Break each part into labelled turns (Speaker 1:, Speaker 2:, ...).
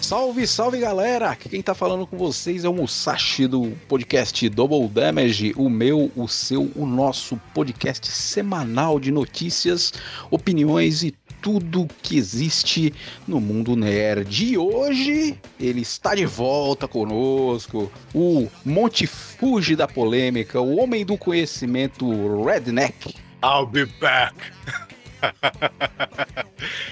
Speaker 1: Salve, salve galera! Aqui quem tá falando com vocês é o Musashi do podcast Double Damage, o meu, o seu, o nosso podcast semanal de notícias, opiniões e tudo que existe no mundo nerd. E hoje ele está de volta conosco, o Monte Fuji da polêmica, o homem do conhecimento redneck.
Speaker 2: I'll be back.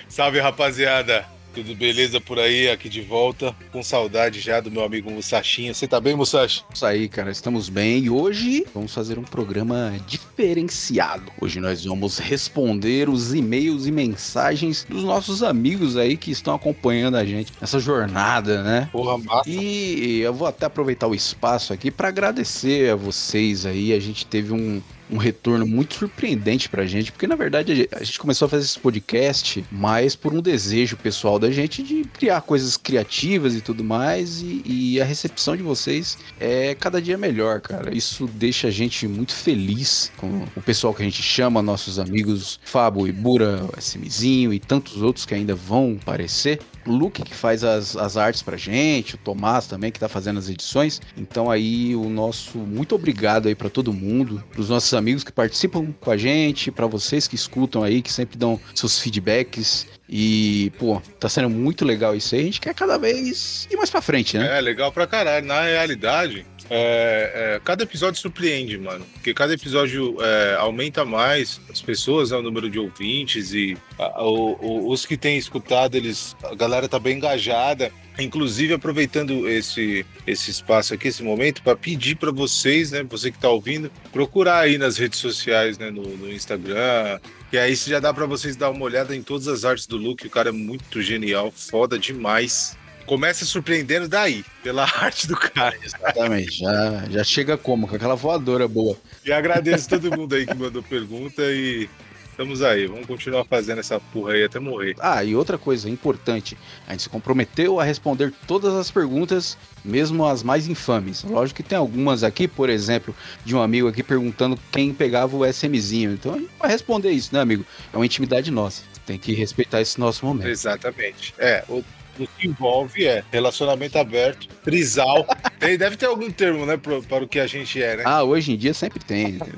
Speaker 2: Salve rapaziada, tudo beleza por aí? Aqui de volta, com saudade já do meu amigo Musashinho. Você tá bem, Musashi?
Speaker 1: Isso aí, cara, estamos bem e hoje vamos fazer um programa diferenciado. Hoje nós vamos responder os e-mails e mensagens dos nossos amigos aí que estão acompanhando a gente nessa jornada, né?
Speaker 2: Porra, massa.
Speaker 1: E eu vou até aproveitar o espaço aqui para agradecer a vocês aí. A gente teve um, um retorno muito surpreendente pra gente, porque na verdade a gente- a gente começou a fazer esse podcast mais por um desejo pessoal da gente de criar coisas criativas e tudo mais, e, e a recepção de vocês é cada dia melhor, cara. Isso deixa a gente muito feliz com o pessoal que a gente chama, nossos amigos Fábio Ibura, SMzinho e tantos outros que ainda vão aparecer. O Luke que faz as, as artes pra gente, o Tomás também que tá fazendo as edições. Então aí o nosso muito obrigado aí pra todo mundo, pros nossos amigos que participam com a gente, pra vocês que escutam aí, que sempre dão seus feedbacks. E, pô, tá sendo muito legal isso aí. A gente quer cada vez ir mais pra frente, né?
Speaker 2: É, legal pra caralho. Na realidade, é, é, cada episódio surpreende, mano. Porque cada episódio é, aumenta mais as pessoas, né, o número de ouvintes e a- o- o- os que têm escutado, eles, a galera tá bem engajada. Inclusive, aproveitando esse, esse espaço aqui, esse momento, para pedir para vocês, né, você que tá ouvindo, procurar aí nas redes sociais, né, no, no Instagram. E aí você já dá para vocês dar uma olhada em todas as artes do Luke. O cara é muito genial, foda demais. Começa surpreendendo daí, pela arte do cara.
Speaker 1: Exatamente. Já, já chega como? Com aquela voadora boa.
Speaker 2: E agradeço todo mundo aí que mandou pergunta e estamos aí. Vamos continuar fazendo essa porra aí até morrer.
Speaker 1: Ah, e outra coisa importante, a gente se comprometeu a responder todas as perguntas, mesmo as mais infames. Lógico que tem algumas aqui, por exemplo, de um amigo aqui perguntando quem pegava o SMzinho. Então a gente vai responder isso, né, amigo? É uma intimidade nossa. Tem que respeitar esse nosso
Speaker 2: é.
Speaker 1: momento.
Speaker 2: Exatamente. É, o, o que envolve é relacionamento aberto, trisal. Tem- deve ter algum termo, né, pro- para o que a gente é, né?
Speaker 1: Ah, hoje em dia sempre tem. entendeu?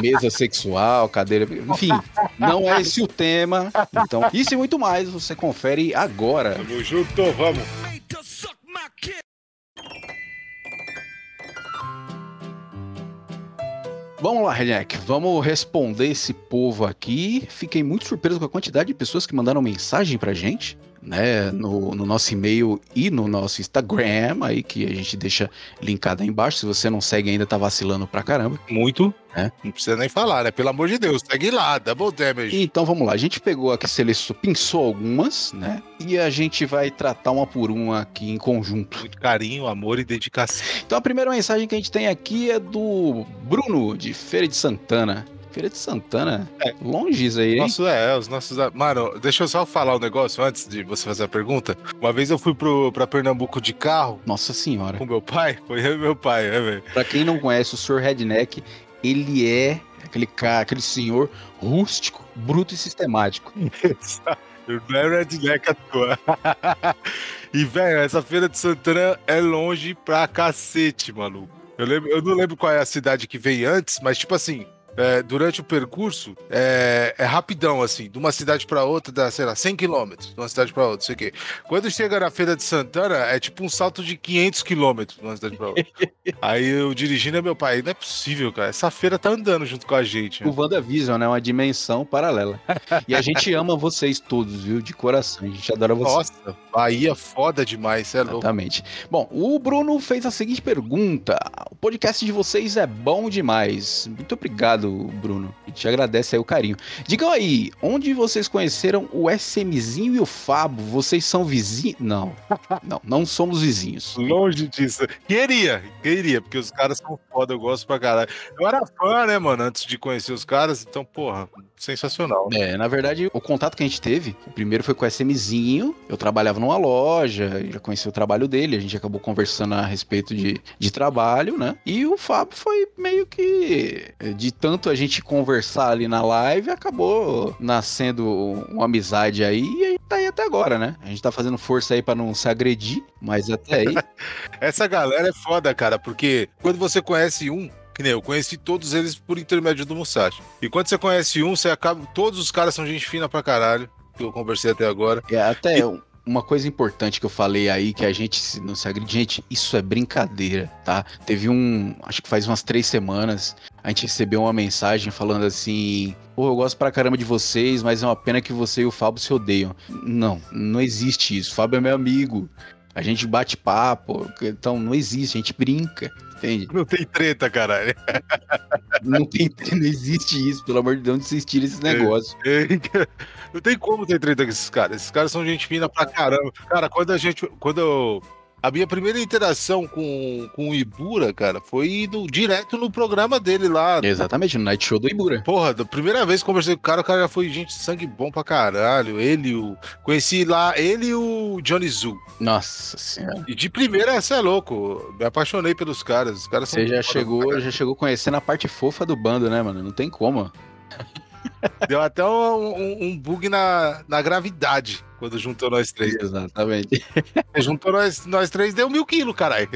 Speaker 1: Mesa sexual, cadeira. Enfim, não é esse o tema. Então, isso e muito mais você confere agora.
Speaker 2: Tamo junto, vamos.
Speaker 1: Vamos lá, Renek. Vamos responder esse povo aqui. Fiquei muito surpreso com a quantidade de pessoas que mandaram mensagem pra gente, né? No, no nosso e-mail e no nosso Instagram, aí que a gente deixa linkado aí embaixo. Se você não segue ainda, tá vacilando pra caramba.
Speaker 2: Muito.
Speaker 1: É.
Speaker 2: Não precisa nem falar, né? Pelo amor de Deus, segue lá, double damage.
Speaker 1: Então vamos lá, a gente pegou aqui, selecionou, pinçou algumas, né? E a gente vai tratar uma por uma aqui em conjunto.
Speaker 2: Muito carinho, amor e dedicação.
Speaker 1: Então a primeira mensagem que a gente tem aqui é do Bruno, de Feira de Santana. Feira de Santana, longe isso aí, hein?
Speaker 2: Nosso, é, os nossos. Mano, deixa eu só falar um negócio antes de você fazer a pergunta. Uma vez eu fui pro, pra Pernambuco de carro
Speaker 1: Nossa senhora.
Speaker 2: com meu pai. Foi eu e meu pai, né, velho?
Speaker 1: Pra quem não conhece o Sr. Redneck, ele é aquele cara, aquele senhor rústico, bruto e sistemático.
Speaker 2: Uhum. Eu não é redneck à toa. e, velho, essa feira de Santana é longe pra cacete, maluco. Eu, lembro, eu não lembro qual é a cidade que veio antes, mas, tipo assim, é, durante o percurso, é, é rapidão, assim, de uma cidade pra outra, dá, sei lá, 100 quilômetros, de uma cidade pra outra, sei o quê. Quando chega na feira de Santana, é tipo um salto de 500 quilômetros de uma cidade pra outra. Aí eu dirigindo, é meu pai, não é possível, cara, essa feira tá andando junto com a gente.
Speaker 1: O WandaVision é uma dimensão paralela. E a gente ama vocês todos, viu? De coração. A gente adora vocês.
Speaker 2: Nossa, Bahia é foda demais, cê é louco.
Speaker 1: Exatamente. Bom, o Bruno fez a seguinte pergunta: O podcast de vocês é bom demais. Muito obrigado, Bruno. A gente agradece aí o carinho. Digam aí, onde vocês conheceram o SMzinho e o Fabo? Vocês são vizinhos? Não, não, não somos vizinhos.
Speaker 2: Longe disso. Queria, queria, porque os caras são foda, eu gosto pra caralho. Eu era fã, né, mano, antes de conhecer os caras, então, porra, sensacional.
Speaker 1: É, na verdade, o contato que a gente teve, o primeiro foi com o SMzinho. Eu trabalhava numa loja, eu já conheci o trabalho dele, a gente acabou conversando a respeito de, de trabalho, né? E o Fábio foi meio que. eh, De tanto a gente conversar ali na live, acabou nascendo uma amizade aí e a gente tá aí até agora, né? A gente tá fazendo força aí pra não se agredir, mas até aí.
Speaker 2: Essa galera é foda, cara, porque quando você conhece um, que nem eu conheci todos eles por intermédio do Musashi. E quando você conhece um, você acaba. Todos os caras são gente fina pra caralho, que eu conversei até agora.
Speaker 1: É até um- uma coisa importante que eu falei aí, que a gente se- não se agride. Gente, isso é brincadeira, tá? Teve um. Acho que faz umas três semanas. A gente recebeu uma mensagem falando assim: Pô, eu gosto pra caramba de vocês, mas é uma pena que você e o Fábio se odeiam. Não, não existe isso. O Fábio é meu amigo. A gente bate papo. Então, não existe. A gente brinca. Entende?
Speaker 2: Não tem treta, caralho.
Speaker 1: Não, tem, não existe isso. Pelo amor de Deus, não desistir esse negócio.
Speaker 2: Não tem como ter treta com esses caras. Esses caras são gente fina pra caramba. Cara, quando a gente. Quando eu- A minha primeira interação com, com o Ibura, cara, foi no- direto no programa dele lá.
Speaker 1: Exatamente, no Night Show do Ibura.
Speaker 2: Porra, da primeira vez que conversei com o cara, o cara já foi gente de sangue bom pra caralho. Ele, e o. Conheci lá ele e o Johnny Zoo.
Speaker 1: Nossa senhora.
Speaker 2: E de primeira, você é louco. Me apaixonei pelos caras. Os caras são
Speaker 1: Você já
Speaker 2: foda
Speaker 1: chegou, já chegou conhecendo a parte fofa do bando, né, mano? Não tem como.
Speaker 2: Deu até um, um- um bug na, na gravidade quando juntou nós três.
Speaker 1: Exatamente.
Speaker 2: juntou nós, nós três, deu mil quilos, caralho.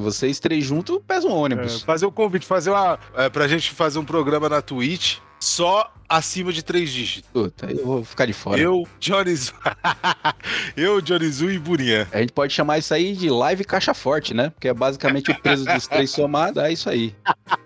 Speaker 1: Vocês três juntos pesam um
Speaker 2: É,
Speaker 1: ônibus.
Speaker 2: fazer um convite, fazer uma. É, pra gente fazer um programa na Twitch só acima de três dígitos.
Speaker 1: Puta, eu vou ficar de fora.
Speaker 2: É. Eu, Johnny Zu. Eu, Johnny Zu e Burinha.
Speaker 1: A gente pode chamar isso aí de live caixa forte, né? Porque é basicamente o peso dos três somados, é isso aí.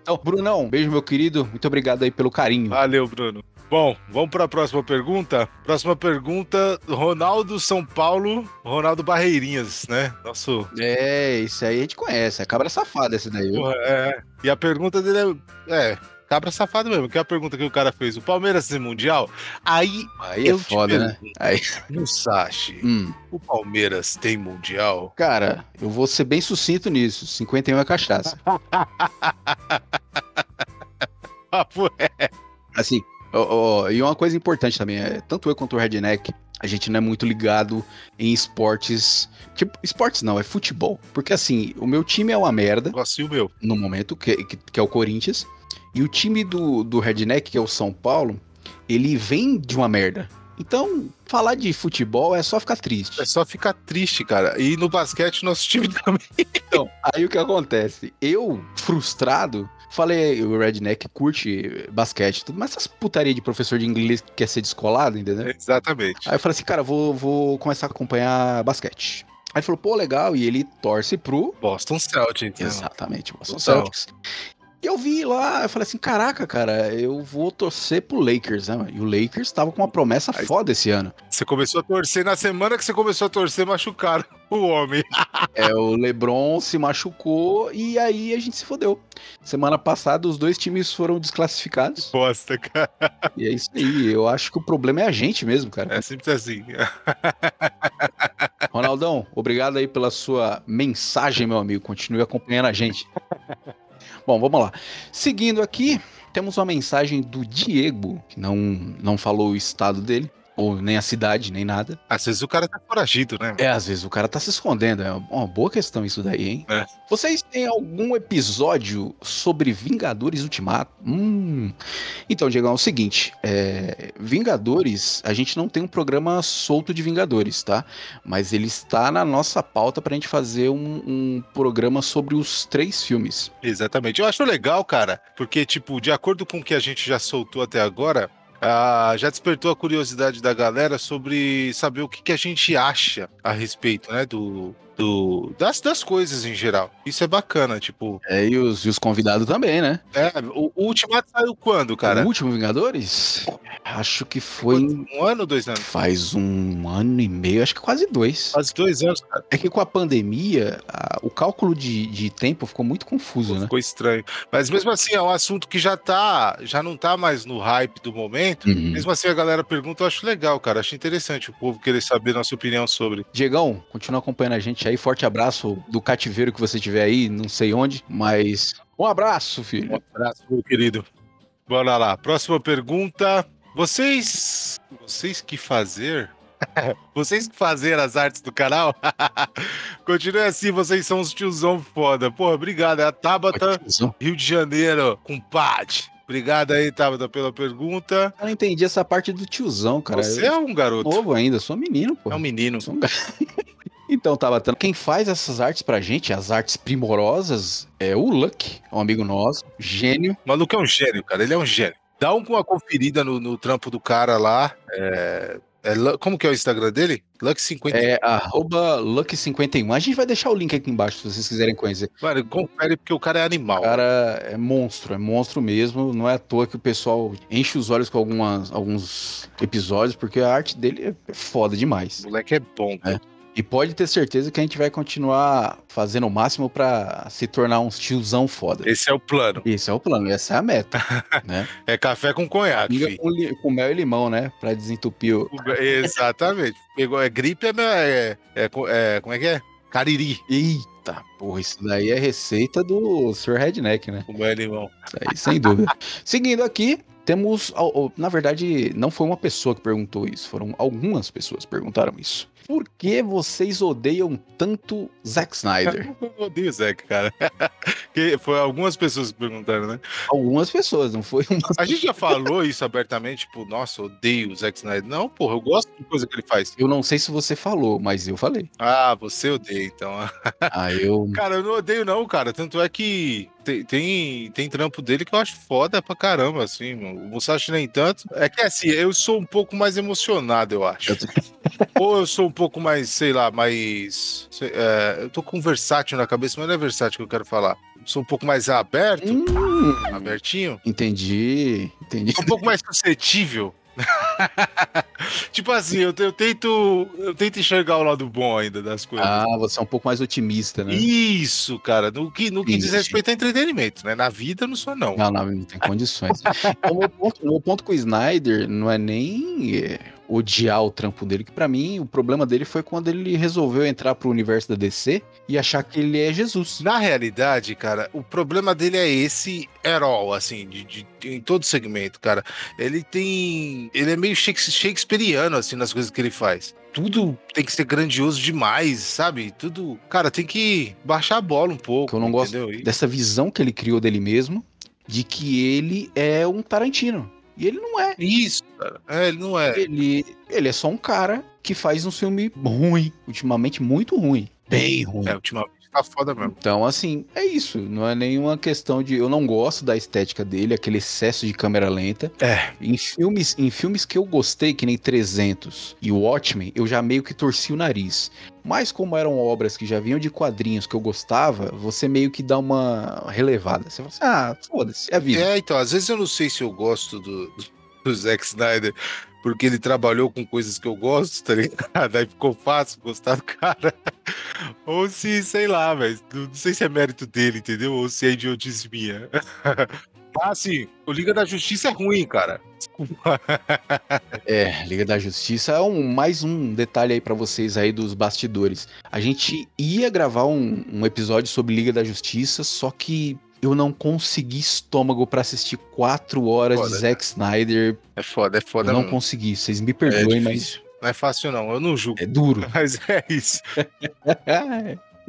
Speaker 1: Então, Brunão, beijo, meu querido. Muito obrigado aí pelo carinho.
Speaker 2: Valeu, Bruno. Bom, vamos pra próxima pergunta? Próxima pergunta, Ronaldo São Paulo, Ronaldo Barreirinhas, né? Nosso.
Speaker 1: É, isso aí a gente conhece. É cabra safada esse daí. viu?
Speaker 2: Porra, é. E a pergunta dele é. É, cabra safado mesmo, que é a pergunta que o cara fez. O Palmeiras tem mundial? Aí,
Speaker 1: Aí é
Speaker 2: eu te
Speaker 1: foda, né?
Speaker 2: pergunto.
Speaker 1: Aí,
Speaker 2: Musashi,
Speaker 1: hum.
Speaker 2: o Palmeiras tem mundial?
Speaker 1: Cara, eu vou ser bem sucinto nisso. 51 é cachaça.
Speaker 2: Papo
Speaker 1: Assim, ó, ó, e uma coisa importante também, é, tanto eu quanto o Redneck, a gente não é muito ligado em esportes. Tipo, esportes não, é futebol. Porque assim, o meu time é uma merda
Speaker 2: Negocinho meu.
Speaker 1: no momento, que, que, que é o Corinthians. E o time do, do Redneck, que é o São Paulo, ele vem de uma merda. Então, falar de futebol é só ficar triste.
Speaker 2: É só ficar triste, cara. E no basquete, nosso time também.
Speaker 1: Então, aí o que acontece? Eu, frustrado, falei, o Redneck curte basquete, tudo, mas essas putaria de professor de inglês que quer ser descolado, entendeu?
Speaker 2: Exatamente.
Speaker 1: Aí eu falei assim, cara, vou, vou começar a acompanhar basquete. Aí ele falou, pô, legal, e ele torce pro.
Speaker 2: Boston Celtics. né?
Speaker 1: Exatamente, o Boston
Speaker 2: Total.
Speaker 1: Celtics. E eu vi lá, eu falei assim, caraca, cara, eu vou torcer pro Lakers, né? mano? E o Lakers tava com uma promessa
Speaker 2: Aí-
Speaker 1: foda esse ano.
Speaker 2: Você começou a torcer. Na semana que você começou a torcer, machucaram o homem.
Speaker 1: É, o LeBron se machucou e aí a gente se fodeu. Semana passada os dois times foram desclassificados.
Speaker 2: Bosta, cara.
Speaker 1: E é isso aí, eu acho que o problema é a gente mesmo, cara.
Speaker 2: É simples assim.
Speaker 1: Ronaldão, obrigado aí pela sua mensagem, meu amigo. Continue acompanhando a gente. Bom, vamos lá. Seguindo aqui, temos uma mensagem do Diego, que não, não falou o estado dele, ou nem a cidade, nem nada.
Speaker 2: Às vezes o cara tá foragido, né?
Speaker 1: É, às vezes o cara tá se escondendo. É uma boa questão isso daí, hein?
Speaker 2: É.
Speaker 1: Vocês têm algum episódio sobre Vingadores Ultimato? Hum. Então, Diego, é o seguinte: é, Vingadores, a gente não tem um programa solto de Vingadores, tá? Mas ele está na nossa pauta pra gente fazer um, um programa sobre os três filmes.
Speaker 2: Exatamente. Eu acho legal, cara, porque, tipo, de acordo com o que a gente já soltou até agora, ah, já despertou a curiosidade da galera sobre saber o que, que a gente acha a respeito, né, do, do, das, das coisas em geral. Isso é bacana, tipo.
Speaker 1: É, e, os, e os convidados também, né?
Speaker 2: É, o, o Ultimato saiu quando, cara?
Speaker 1: O último Vingadores? Acho que foi. em-
Speaker 2: Um ano, dois anos?
Speaker 1: Faz um ano e meio, acho que quase dois.
Speaker 2: Quase dois anos, cara.
Speaker 1: É que com a pandemia, a- o cálculo de, de tempo ficou muito confuso, né?
Speaker 2: Ficou estranho. Mas mesmo assim, é um assunto que já tá, já não tá mais no hype do momento.
Speaker 1: Hum.
Speaker 2: Mesmo assim, a galera pergunta, eu acho legal, cara. Acho interessante o povo querer saber nossa opinião sobre.
Speaker 1: Diegão, continua acompanhando a gente aí. Forte abraço do cativeiro que você tiver aí, não sei onde, mas um abraço,
Speaker 2: Um
Speaker 1: filho.
Speaker 2: abraço, meu querido. Bora lá. Próxima pergunta. Vocês. Vocês que fazer? Vocês que fazer as artes do canal? Continue assim, vocês são uns tiozão foda. Porra, obrigado. É a Tabata, Rio de Janeiro, compadre. Obrigado aí, Tabata, pela pergunta.
Speaker 1: Eu não entendi essa parte do tiozão, cara.
Speaker 2: Você
Speaker 1: eu
Speaker 2: é um garoto.
Speaker 1: sou novo ainda, sou menino, pô.
Speaker 2: É um menino.
Speaker 1: Sou um gar- Então, Tabata, quem faz essas artes pra gente, as artes primorosas, é o Luck, um amigo nosso, gênio.
Speaker 2: O maluco é um gênio, cara. Ele é um gênio. Dá uma conferida no, no trampo do cara lá. É, é Lu- como que é o Instagram dele? Luck50.
Speaker 1: É arroba Luck51. A gente vai deixar o link aqui embaixo, se vocês quiserem conhecer.
Speaker 2: Mano, confere porque o cara é animal.
Speaker 1: O cara é monstro, é monstro mesmo. Não é à toa que o pessoal enche os olhos com algumas, alguns episódios, porque a arte dele é foda demais.
Speaker 2: O moleque é bom. cara.
Speaker 1: E pode ter certeza que a gente vai continuar fazendo o máximo pra se tornar um tiozão foda.
Speaker 2: Esse é o plano.
Speaker 1: Isso é o plano, essa é a meta, né?
Speaker 2: É café com conhaque,
Speaker 1: Pinga
Speaker 2: filho.
Speaker 1: com, li- com mel e limão, né? Pra desentupir o...
Speaker 2: Exatamente. Pegou, é gripe, é, é, é, co- é- Como é que é? Cariri.
Speaker 1: Eita, porra, isso daí é receita do Sr. Redneck, né?
Speaker 2: Como é, limão?
Speaker 1: Isso aí, sem dúvida. Seguindo aqui, temos. al- al- Na verdade, não foi uma pessoa que perguntou isso, foram algumas pessoas que perguntaram isso. Por que vocês odeiam tanto Zack Snyder?
Speaker 2: Eu odeio o Zack, cara. Que foi algumas pessoas que perguntaram, né?
Speaker 1: Algumas pessoas, não foi um, uma.
Speaker 2: A gente já falou isso abertamente, tipo, nossa, eu odeio o Zack Snyder. Não, porra, eu gosto de coisa que ele faz.
Speaker 1: Eu não sei se você falou, mas eu falei.
Speaker 2: Ah, você odeia, então.
Speaker 1: Ah, eu.
Speaker 2: Cara, eu não odeio, não, cara. Tanto é que tem, tem, tem trampo dele que eu acho foda pra caramba, assim, mano. O Musashi nem tanto. É que assim, eu sou um pouco mais emocionado, eu acho.
Speaker 1: Eu
Speaker 2: Ou eu sou um pouco mais, sei lá, mais. sei- é, eu tô com versátil na cabeça, mas não é versátil que eu quero falar. Sou um pouco mais aberto,
Speaker 1: Hum,
Speaker 2: abertinho.
Speaker 1: entendi, entendi.
Speaker 2: um pouco mais suscetível. tipo assim, eu, te- eu tento eu tento enxergar o lado bom ainda das coisas.
Speaker 1: Ah, você é um pouco mais otimista, né?
Speaker 2: Isso, cara, no que, no que diz
Speaker 1: Entendi.
Speaker 2: respeito a entretenimento, né? Na vida eu não sou, não.
Speaker 1: Não, não, não tem condições. o meu ponto, meu ponto com o Snyder não é nem é, odiar o trampo dele, que pra mim o problema dele foi quando ele resolveu entrar pro universo da DC e achar que ele é Jesus.
Speaker 2: Na realidade, cara, o problema dele é esse herói, assim, de, de- em todo segmento, cara. Ele tem. Ele é meio shakes- shakespeariano, assim, nas coisas que ele faz. Tudo tem que ser grandioso demais, sabe? Tudo. Cara, tem que baixar a bola um pouco.
Speaker 1: Que eu não gosto
Speaker 2: entendeu? E-
Speaker 1: Dessa visão que ele criou dele mesmo, de que ele é um Tarantino. E ele não é.
Speaker 2: Isso, cara. É, ele não é.
Speaker 1: Ele, ele é só um cara que faz um filme ruim, ultimamente muito ruim. Bem ruim.
Speaker 2: É, ultimamente tá foda mesmo.
Speaker 1: Então, assim, é isso. Não é nenhuma questão de. Eu não gosto da estética dele, aquele excesso de câmera lenta.
Speaker 2: É.
Speaker 1: Em filmes, em filmes que eu gostei, que nem 300 e Watchmen, eu já meio que torci o nariz. Mas como eram obras que já vinham de quadrinhos que eu gostava, você meio que dá uma relevada. Você fala assim, ah, foda-se, é a vida.
Speaker 2: É, então, às vezes eu não sei se eu gosto do, do Zack Snyder, porque ele trabalhou com coisas que eu gosto, tá ligado? Aí ficou fácil gostar do cara. Ou se, sei lá, velho. Não não sei se é mérito dele, entendeu? Ou se é idiotice minha. Ah, sim, o Liga da Justiça é ruim, cara. Desculpa.
Speaker 1: É, Liga da Justiça é um, mais um detalhe aí pra vocês aí dos bastidores. A gente ia gravar um, um episódio sobre Liga da Justiça, só que eu não consegui estômago pra assistir quatro horas
Speaker 2: Foda,
Speaker 1: de
Speaker 2: né?
Speaker 1: Zack Snyder.
Speaker 2: É foda, é
Speaker 1: Eu
Speaker 2: foda.
Speaker 1: não
Speaker 2: mesmo.
Speaker 1: consegui, vocês me
Speaker 2: é
Speaker 1: perdoem, mas
Speaker 2: difícil. Não é fácil, não. Eu não julgo.
Speaker 1: é duro.
Speaker 2: Mas é isso.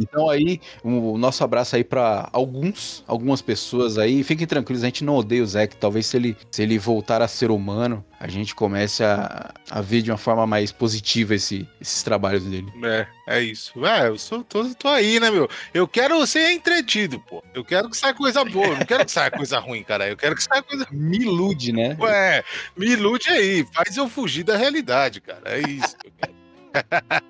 Speaker 1: Então aí, o nosso abraço aí pra alguns, algumas pessoas aí. Fiquem tranquilos, a gente não odeia o Zack. Talvez se ele, se ele voltar a ser humano, a gente comece a, a ver de uma forma mais positiva esse- esses trabalhos dele.
Speaker 2: É, é isso. É, eu sou, tô, tô aí, né, meu? Eu quero ser entretido, pô. Eu quero que saia coisa boa, eu não quero que saia coisa ruim, cara. Eu quero que saia coisa.
Speaker 1: me ilude, né?
Speaker 2: Ué, me ilude aí, faz eu fugir da realidade, cara. É isso. que eu quero.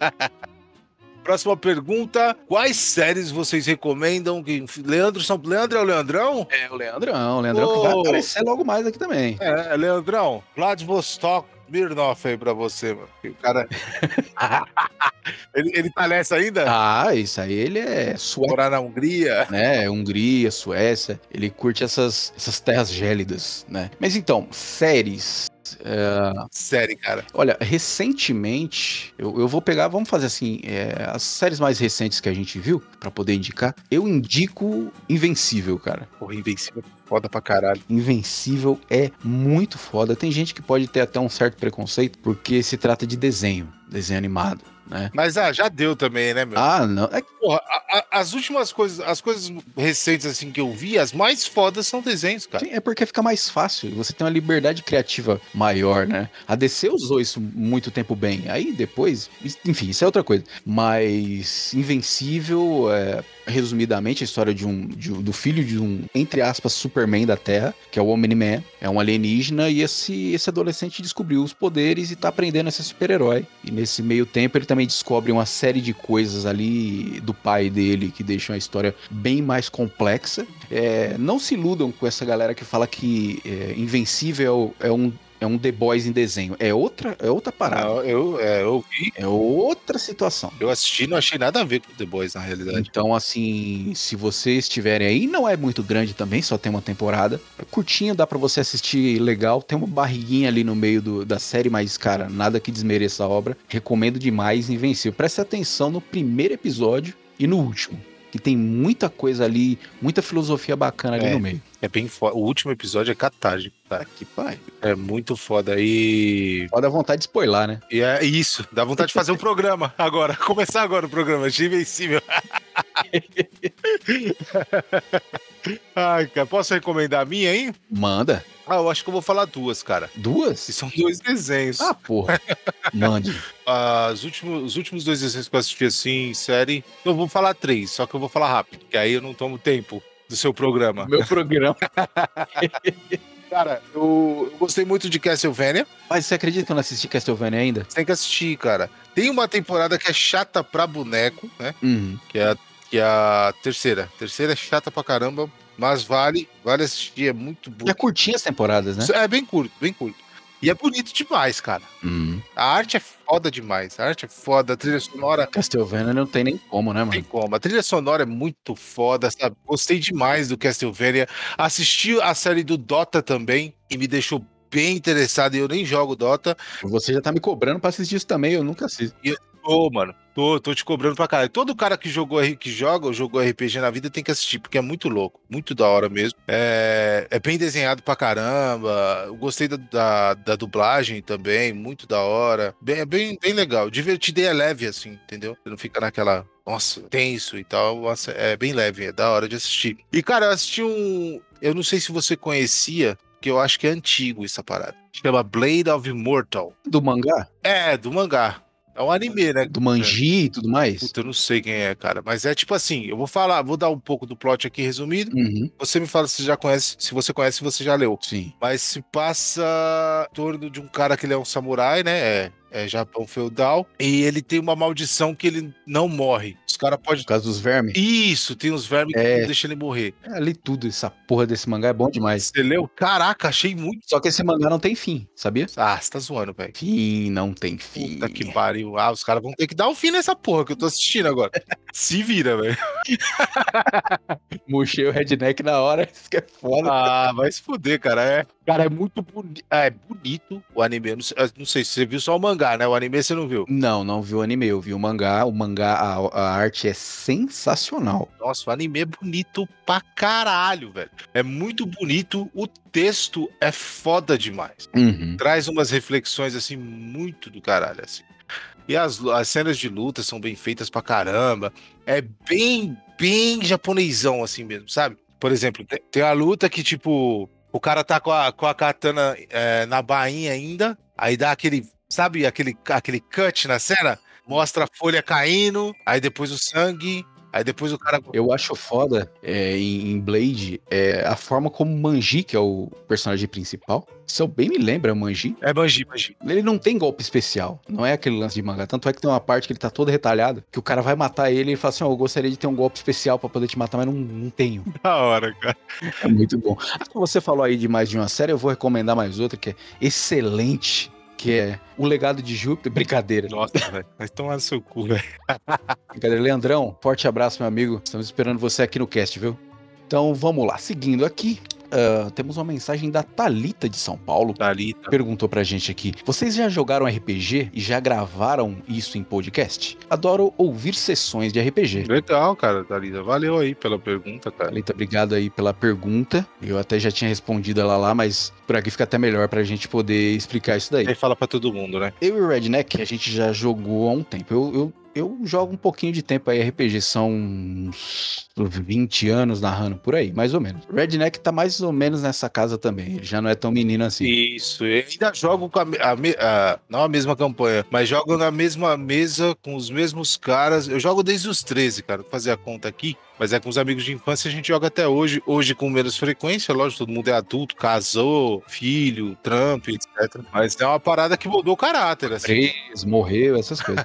Speaker 2: Próxima pergunta: Quais séries vocês recomendam? que- Leandro São Leandro é o Leandrão?
Speaker 1: É, o Leandrão, o Leandrão que vai
Speaker 2: Ô.
Speaker 1: aparecer logo mais aqui também.
Speaker 2: É, Leandrão, Vladivostok Mirnoff aí pra você, mano. O cara. ele, ele tá nessa ainda?
Speaker 1: Ah, isso aí ele é sueco,
Speaker 2: Morar na Hungria?
Speaker 1: né? Hungria, Suécia, ele curte essas, essas terras gélidas, né? Mas então, séries.
Speaker 2: Série, cara.
Speaker 1: Olha, recentemente, eu, eu vou pegar, vamos fazer assim, é, as séries mais recentes que a gente viu, pra poder indicar. Eu indico Invencível, cara.
Speaker 2: Porra, Invencível é foda pra caralho.
Speaker 1: Invencível é muito foda. Tem gente que pode ter até um certo preconceito porque se trata de desenho, desenho animado. né?
Speaker 2: Mas ah, já deu também, né, meu?
Speaker 1: Ah, não. É,
Speaker 2: Porra, a- a- as últimas coisas, as coisas recentes assim que eu vi, as mais fodas são desenhos, cara.
Speaker 1: sim, é porque fica mais fácil. Você tem uma liberdade criativa maior, né? A DC usou isso muito tempo bem. Aí depois, isso- enfim, isso é outra coisa. Mas Invencível é, resumidamente, a história de um, de um- do filho de um, entre aspas, Superman da Terra, que é o Omni-Man, é um alienígena, e esse, esse adolescente descobriu os poderes e tá aprendendo a ser super-herói. E nesse meio tempo ele também descobre uma série de coisas ali do pai dele que deixam a história bem mais complexa. É, não se iludam com essa galera que fala que é, Invencível é um. É um The Boys em desenho. É outra, é outra parada.
Speaker 2: Ah, eu, é, eu vi,
Speaker 1: É outra situação.
Speaker 2: eu assisti, não achei nada a ver com The Boys na realidade.
Speaker 1: Então, assim, se vocês estiverem aí, não é muito grande também, só tem uma temporada. É curtinha, dá pra você assistir legal. Tem uma barriguinha ali no meio do- da série, mas, cara, nada que desmereça a obra. Recomendo demais Invencível. Preste atenção no primeiro episódio e no último, que tem muita coisa ali, muita filosofia bacana ali
Speaker 2: É.
Speaker 1: no meio.
Speaker 2: É bem foda. O último episódio é catártico, cara.
Speaker 1: Que pai.
Speaker 2: É muito foda. E,
Speaker 1: Pode dar vontade de spoiler, né?
Speaker 2: e é isso. Dá vontade de fazer um programa agora. Começar agora o programa. Achei invencível. Ai, cara, posso recomendar a minha, hein?
Speaker 1: Manda.
Speaker 2: Ah, eu acho que eu vou falar duas, cara. E
Speaker 1: Duas?
Speaker 2: são dois desenhos.
Speaker 1: Ah, porra. Mande.
Speaker 2: Ah, As últimos, os últimos dois desenhos que eu assisti assim em série. Eu vou falar três, só que eu vou falar rápido, que aí eu não tomo tempo do seu programa.
Speaker 1: Meu programa.
Speaker 2: Cara, eu, eu gostei muito de Castlevania.
Speaker 1: Mas você acredita que eu não assisti Castlevania ainda?
Speaker 2: Você tem que assistir, cara. Tem uma temporada que é chata pra boneco, né?
Speaker 1: Uhum.
Speaker 2: Que é, a- que é a terceira. A terceira é chata pra caramba, mas vale, vale assistir, é muito
Speaker 1: É
Speaker 2: bonito.
Speaker 1: curtinha as temporadas, né?
Speaker 2: É bem curto, bem curto. E é bonito demais, cara.
Speaker 1: Hum.
Speaker 2: A arte é foda demais. A arte é foda, a trilha sonora
Speaker 1: Castlevania não tem nem como, né,
Speaker 2: Não tem
Speaker 1: mano?
Speaker 2: como. A trilha sonora é muito foda, sabe? Gostei demais do Castlevania. Assisti a série do Dota também e me deixou bem interessado. E eu nem jogo Dota.
Speaker 1: Você já tá me cobrando pra assistir isso também, eu nunca assisto.
Speaker 2: Ô, mano, tô, tô te cobrando pra caralho. Todo cara que jogou R- que joga ou jogou RPG na vida tem que assistir, porque é muito louco, muito da hora mesmo. É, é bem desenhado pra caramba. Eu gostei da, da, da dublagem também, muito da hora. Bem, é bem, bem legal. Divertido e é leve, assim, entendeu? Você não fica naquela. Nossa, tenso e tal. Nossa, É bem leve, é da hora de assistir. E, cara, eu assisti um. Eu não sei se você conhecia, que eu acho que é antigo essa parada. Chama Blade of Immortal.
Speaker 1: Do mangá?
Speaker 2: É, do mangá. É um anime, né?
Speaker 1: Do manji e tudo mais?
Speaker 2: Puta, eu não sei quem é, cara. Mas é tipo assim, eu vou falar, vou dar um pouco do plot aqui resumido.
Speaker 1: Uhum.
Speaker 2: Você me fala se já conhece, se você conhece, você já leu.
Speaker 1: Sim.
Speaker 2: Mas se passa em torno de um cara que ele é um samurai, né? É, é Japão feudal. E ele tem uma maldição que ele não morre. Os caras podem.
Speaker 1: Por causa dos vermes?
Speaker 2: Isso, tem uns vermes que
Speaker 1: É.
Speaker 2: não deixam ele morrer.
Speaker 1: É, li tudo, essa porra desse mangá é bom demais.
Speaker 2: Você leu? Caraca, achei muito.
Speaker 1: Só que esse mangá não tem fim, sabia?
Speaker 2: Ah, você tá zoando, velho.
Speaker 1: Fim, não tem fim.
Speaker 2: Puta que pariu. Ah, os caras vão ter que dar um fim nessa porra que eu tô assistindo agora. Se vira, velho.
Speaker 1: Murchei o redneck na hora, isso que é foda.
Speaker 2: Ah, vai se fuder, cara. É, cara, é muito bonito. É bonito o anime. Eu não sei, eu não sei se você viu só o mangá, né? O anime você não viu.
Speaker 1: Não, não vi o anime, eu vi o mangá. O mangá, a, a arte é sensacional.
Speaker 2: Nossa, o anime é bonito pra caralho, velho. É muito bonito. O texto é foda demais.
Speaker 1: Uhum.
Speaker 2: Traz umas reflexões, assim, muito do caralho, assim. E as, lu- as cenas de luta são bem feitas pra caramba. É bem, bem japonesão, assim mesmo, sabe? Por exemplo, te- tem a luta que, tipo, o cara tá com a, com a katana é, na bainha ainda, aí dá aquele, sabe, aquele, aquele cut na cena? Mostra a folha caindo, aí depois o sangue, aí depois o cara.
Speaker 1: Eu acho foda é, em, em Blade é, a forma como Manji, que é o personagem principal, se eu bem me lembro, é o Manji,
Speaker 2: É manji, manji.
Speaker 1: ele não tem golpe especial. Não é aquele lance de mangá. Tanto é que tem uma parte que ele tá todo retalhado, que o cara vai matar ele e fala assim: ó, eu gostaria de ter um golpe especial pra poder te matar, mas não, não tenho.
Speaker 2: Da hora, cara.
Speaker 1: É muito bom. Ah, Você falou aí de mais de uma série, eu vou recomendar mais outra que é excelente. Que é O Legado de Júpiter. Brincadeira.
Speaker 2: Nossa, velho. Vai tomar no seu cu, velho.
Speaker 1: Brincadeira. Leandrão, forte abraço, meu amigo. Estamos esperando você aqui no cast, viu? Então vamos lá. Seguindo aqui, ah, temos uma mensagem da Talita de São Paulo.
Speaker 2: Talita.
Speaker 1: Perguntou pra gente aqui: Vocês já jogaram RPG e já gravaram isso em podcast? Adoro ouvir sessões de RPG.
Speaker 2: Legal, cara, Thalita. Valeu aí pela pergunta, cara.
Speaker 1: Thalita, obrigado aí pela pergunta. Eu até já tinha respondido ela lá, mas por aqui fica até melhor pra gente poder explicar isso daí.
Speaker 2: Aí fala pra todo mundo, né?
Speaker 1: Eu e o Redneck, a gente já jogou há um tempo. Eu, eu, eu jogo um pouquinho de tempo aí RPG, são uns 20 anos narrando por aí, mais ou menos. O Redneck tá mais ou menos nessa casa também, ele já não é tão menino assim.
Speaker 2: Isso, eu ainda jogo com a, me- a me- a- não a mesma campanha, mas jogo na mesma mesa com os mesmos caras. Eu jogo desde os 13, cara, vou fazer a conta aqui, mas é com os amigos de infância a gente joga até hoje, hoje com menos frequência, lógico, todo mundo é adulto, casou, filho, trampo, etc. Mas é uma parada que mudou o caráter, assim.
Speaker 1: Preso, morreu, essas coisas.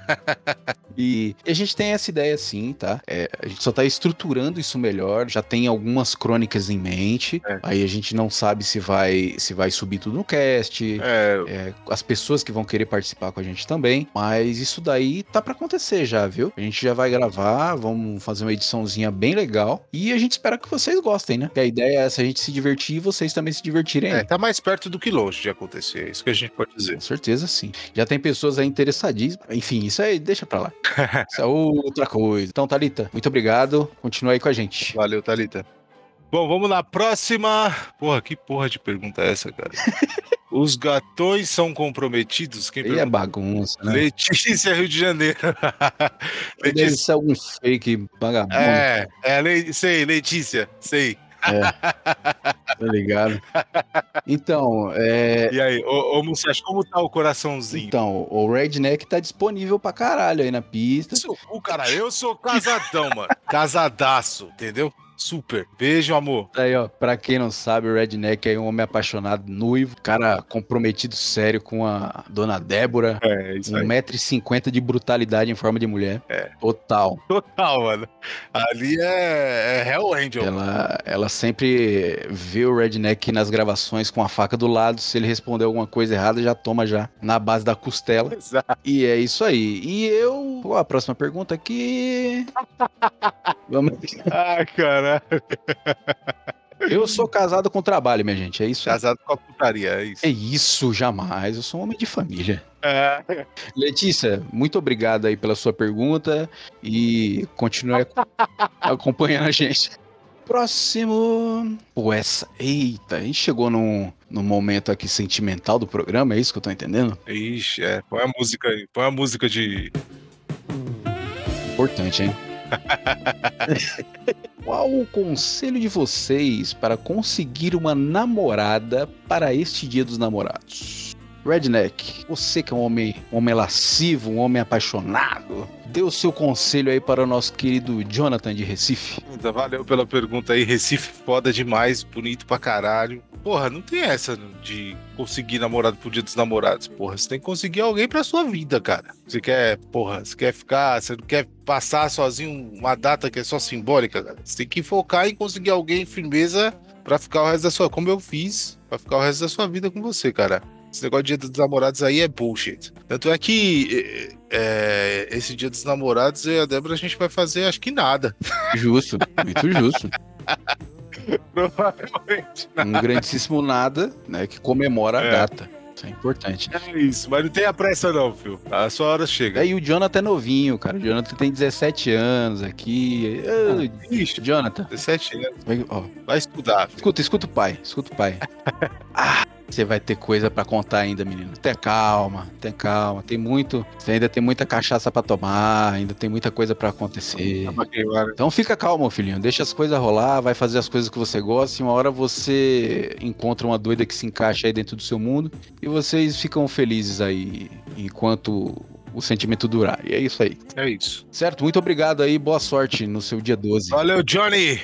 Speaker 1: e a gente tem essa ideia assim, tá? É, a gente só tá estruturando isso melhor, já tem algumas crônicas em mente.
Speaker 2: É.
Speaker 1: Aí a gente não sabe se vai se vai subir tudo no cast,
Speaker 2: É,
Speaker 1: é, as pessoas que vão querer participar com a gente também. Mas isso daí tá pra acontecer já, viu? A gente já vai gravar, vamos fazer uma ediçãozinha bem legal. E a gente espera que vocês gostem, né? Porque a ideia é essa, a gente se divertir e vocês também se divertirem.
Speaker 2: é, tá mais perto do que longe de acontecer, é isso que a gente pode dizer.
Speaker 1: Com certeza sim. Já tem pessoas aí interessadíssimas. Enfim, isso aí deixa pra lá. isso é outra coisa. Então, Thalita, muito obrigado. Continua aí com a gente.
Speaker 2: Valeu, Thalita. Bom, vamos lá. Próxima. Porra, que porra de pergunta é essa, cara? Os gatões são comprometidos? Quem
Speaker 1: Ele é bagunça, né?
Speaker 2: Letícia, Rio de Janeiro. Letícia.
Speaker 1: Isso é um fake vagabundo,
Speaker 2: É, é Le... sei, Letícia, sei.
Speaker 1: tá ligado? Então, é...
Speaker 2: E aí, ô, ô Mussach, como tá o coraçãozinho?
Speaker 1: Então, o Redneck tá disponível pra caralho aí na pista.
Speaker 2: Isso, o cara, eu sou casadão, mano. Casadaço, entendeu? Super. Beijo, amor.
Speaker 1: Aí, ó, pra quem não sabe, o Redneck é um homem apaixonado, noivo, cara comprometido sério com a dona Débora.
Speaker 2: É, isso
Speaker 1: 1,50m de brutalidade em forma de mulher.
Speaker 2: É.
Speaker 1: Total.
Speaker 2: Total, mano. Ali é, é Hell Angel.
Speaker 1: Ela, ela sempre vê o Redneck nas gravações com a faca do lado. Se ele responder alguma coisa errada, já toma já na base da costela.
Speaker 2: Exato.
Speaker 1: E é isso aí. E eu. Ó, a próxima pergunta aqui. Vamos...
Speaker 2: Ah, cara.
Speaker 1: Eu sou casado com trabalho, minha gente. É isso aí.
Speaker 2: Casado com a putaria, é isso.
Speaker 1: É isso, jamais. Eu sou um homem de família.
Speaker 2: É.
Speaker 1: Letícia, muito obrigado aí pela sua pergunta e continue ac- acompanhando a gente. Próximo. Pô, essa. Eita, a gente chegou num, num momento aqui sentimental do programa, é isso que eu tô entendendo?
Speaker 2: Ixi, é. Põe a música aí. Põe a música de.
Speaker 1: Importante, hein? Qual o conselho de vocês para conseguir uma namorada para este Dia dos Namorados? Redneck, você que é um homem, um homem lascivo, um homem apaixonado, dê o seu conselho aí para o nosso querido Jonathan de Recife.
Speaker 2: Puta, Valeu pela pergunta aí. Recife foda demais, bonito pra caralho. Porra, não tem essa de conseguir namorado pro dia dos namorados. Porra, você tem que conseguir alguém pra sua vida, cara. Você quer, porra, você quer ficar, você não quer passar sozinho uma data que é só simbólica, cara. Você tem que focar em conseguir alguém firmeza pra ficar o resto da sua, como eu fiz, pra ficar o resto da sua vida com você, cara. Esse negócio de dia dos namorados aí é bullshit. Tanto é que é, é, esse dia dos namorados, eu e a Débora, a gente vai fazer acho que nada.
Speaker 1: Justo, muito justo.
Speaker 2: Provavelmente.
Speaker 1: Um grandíssimo nada, né, que comemora a
Speaker 2: É.
Speaker 1: data. Isso é importante.
Speaker 2: É isso, mas não tenha pressa não, filho. A sua hora chega.
Speaker 1: Aí o Jonathan é novinho, cara. O Jonathan tem 17 anos aqui. Ô,
Speaker 2: Ixi,
Speaker 1: Jonathan,
Speaker 2: 17 anos.
Speaker 1: vai- ó,
Speaker 2: Vai estudar. filho.
Speaker 1: escuta, escuta o pai, escuta o pai. Ah, Você vai ter coisa pra contar ainda, menino. Tenha calma, tenha calma. Tem muito, você ainda tem muita cachaça pra tomar, ainda tem muita coisa pra acontecer.
Speaker 2: Tá pra queimar, né?
Speaker 1: Então fica calmo, filhinho. Deixa as coisas rolar, vai fazer as coisas que você gosta. E uma hora você encontra uma doida que se encaixa aí dentro do seu mundo. E vocês ficam felizes aí enquanto o sentimento durar. E é isso aí.
Speaker 2: É isso.
Speaker 1: Certo? Muito obrigado aí. Boa sorte no seu dia 12.
Speaker 2: Valeu, Johnny!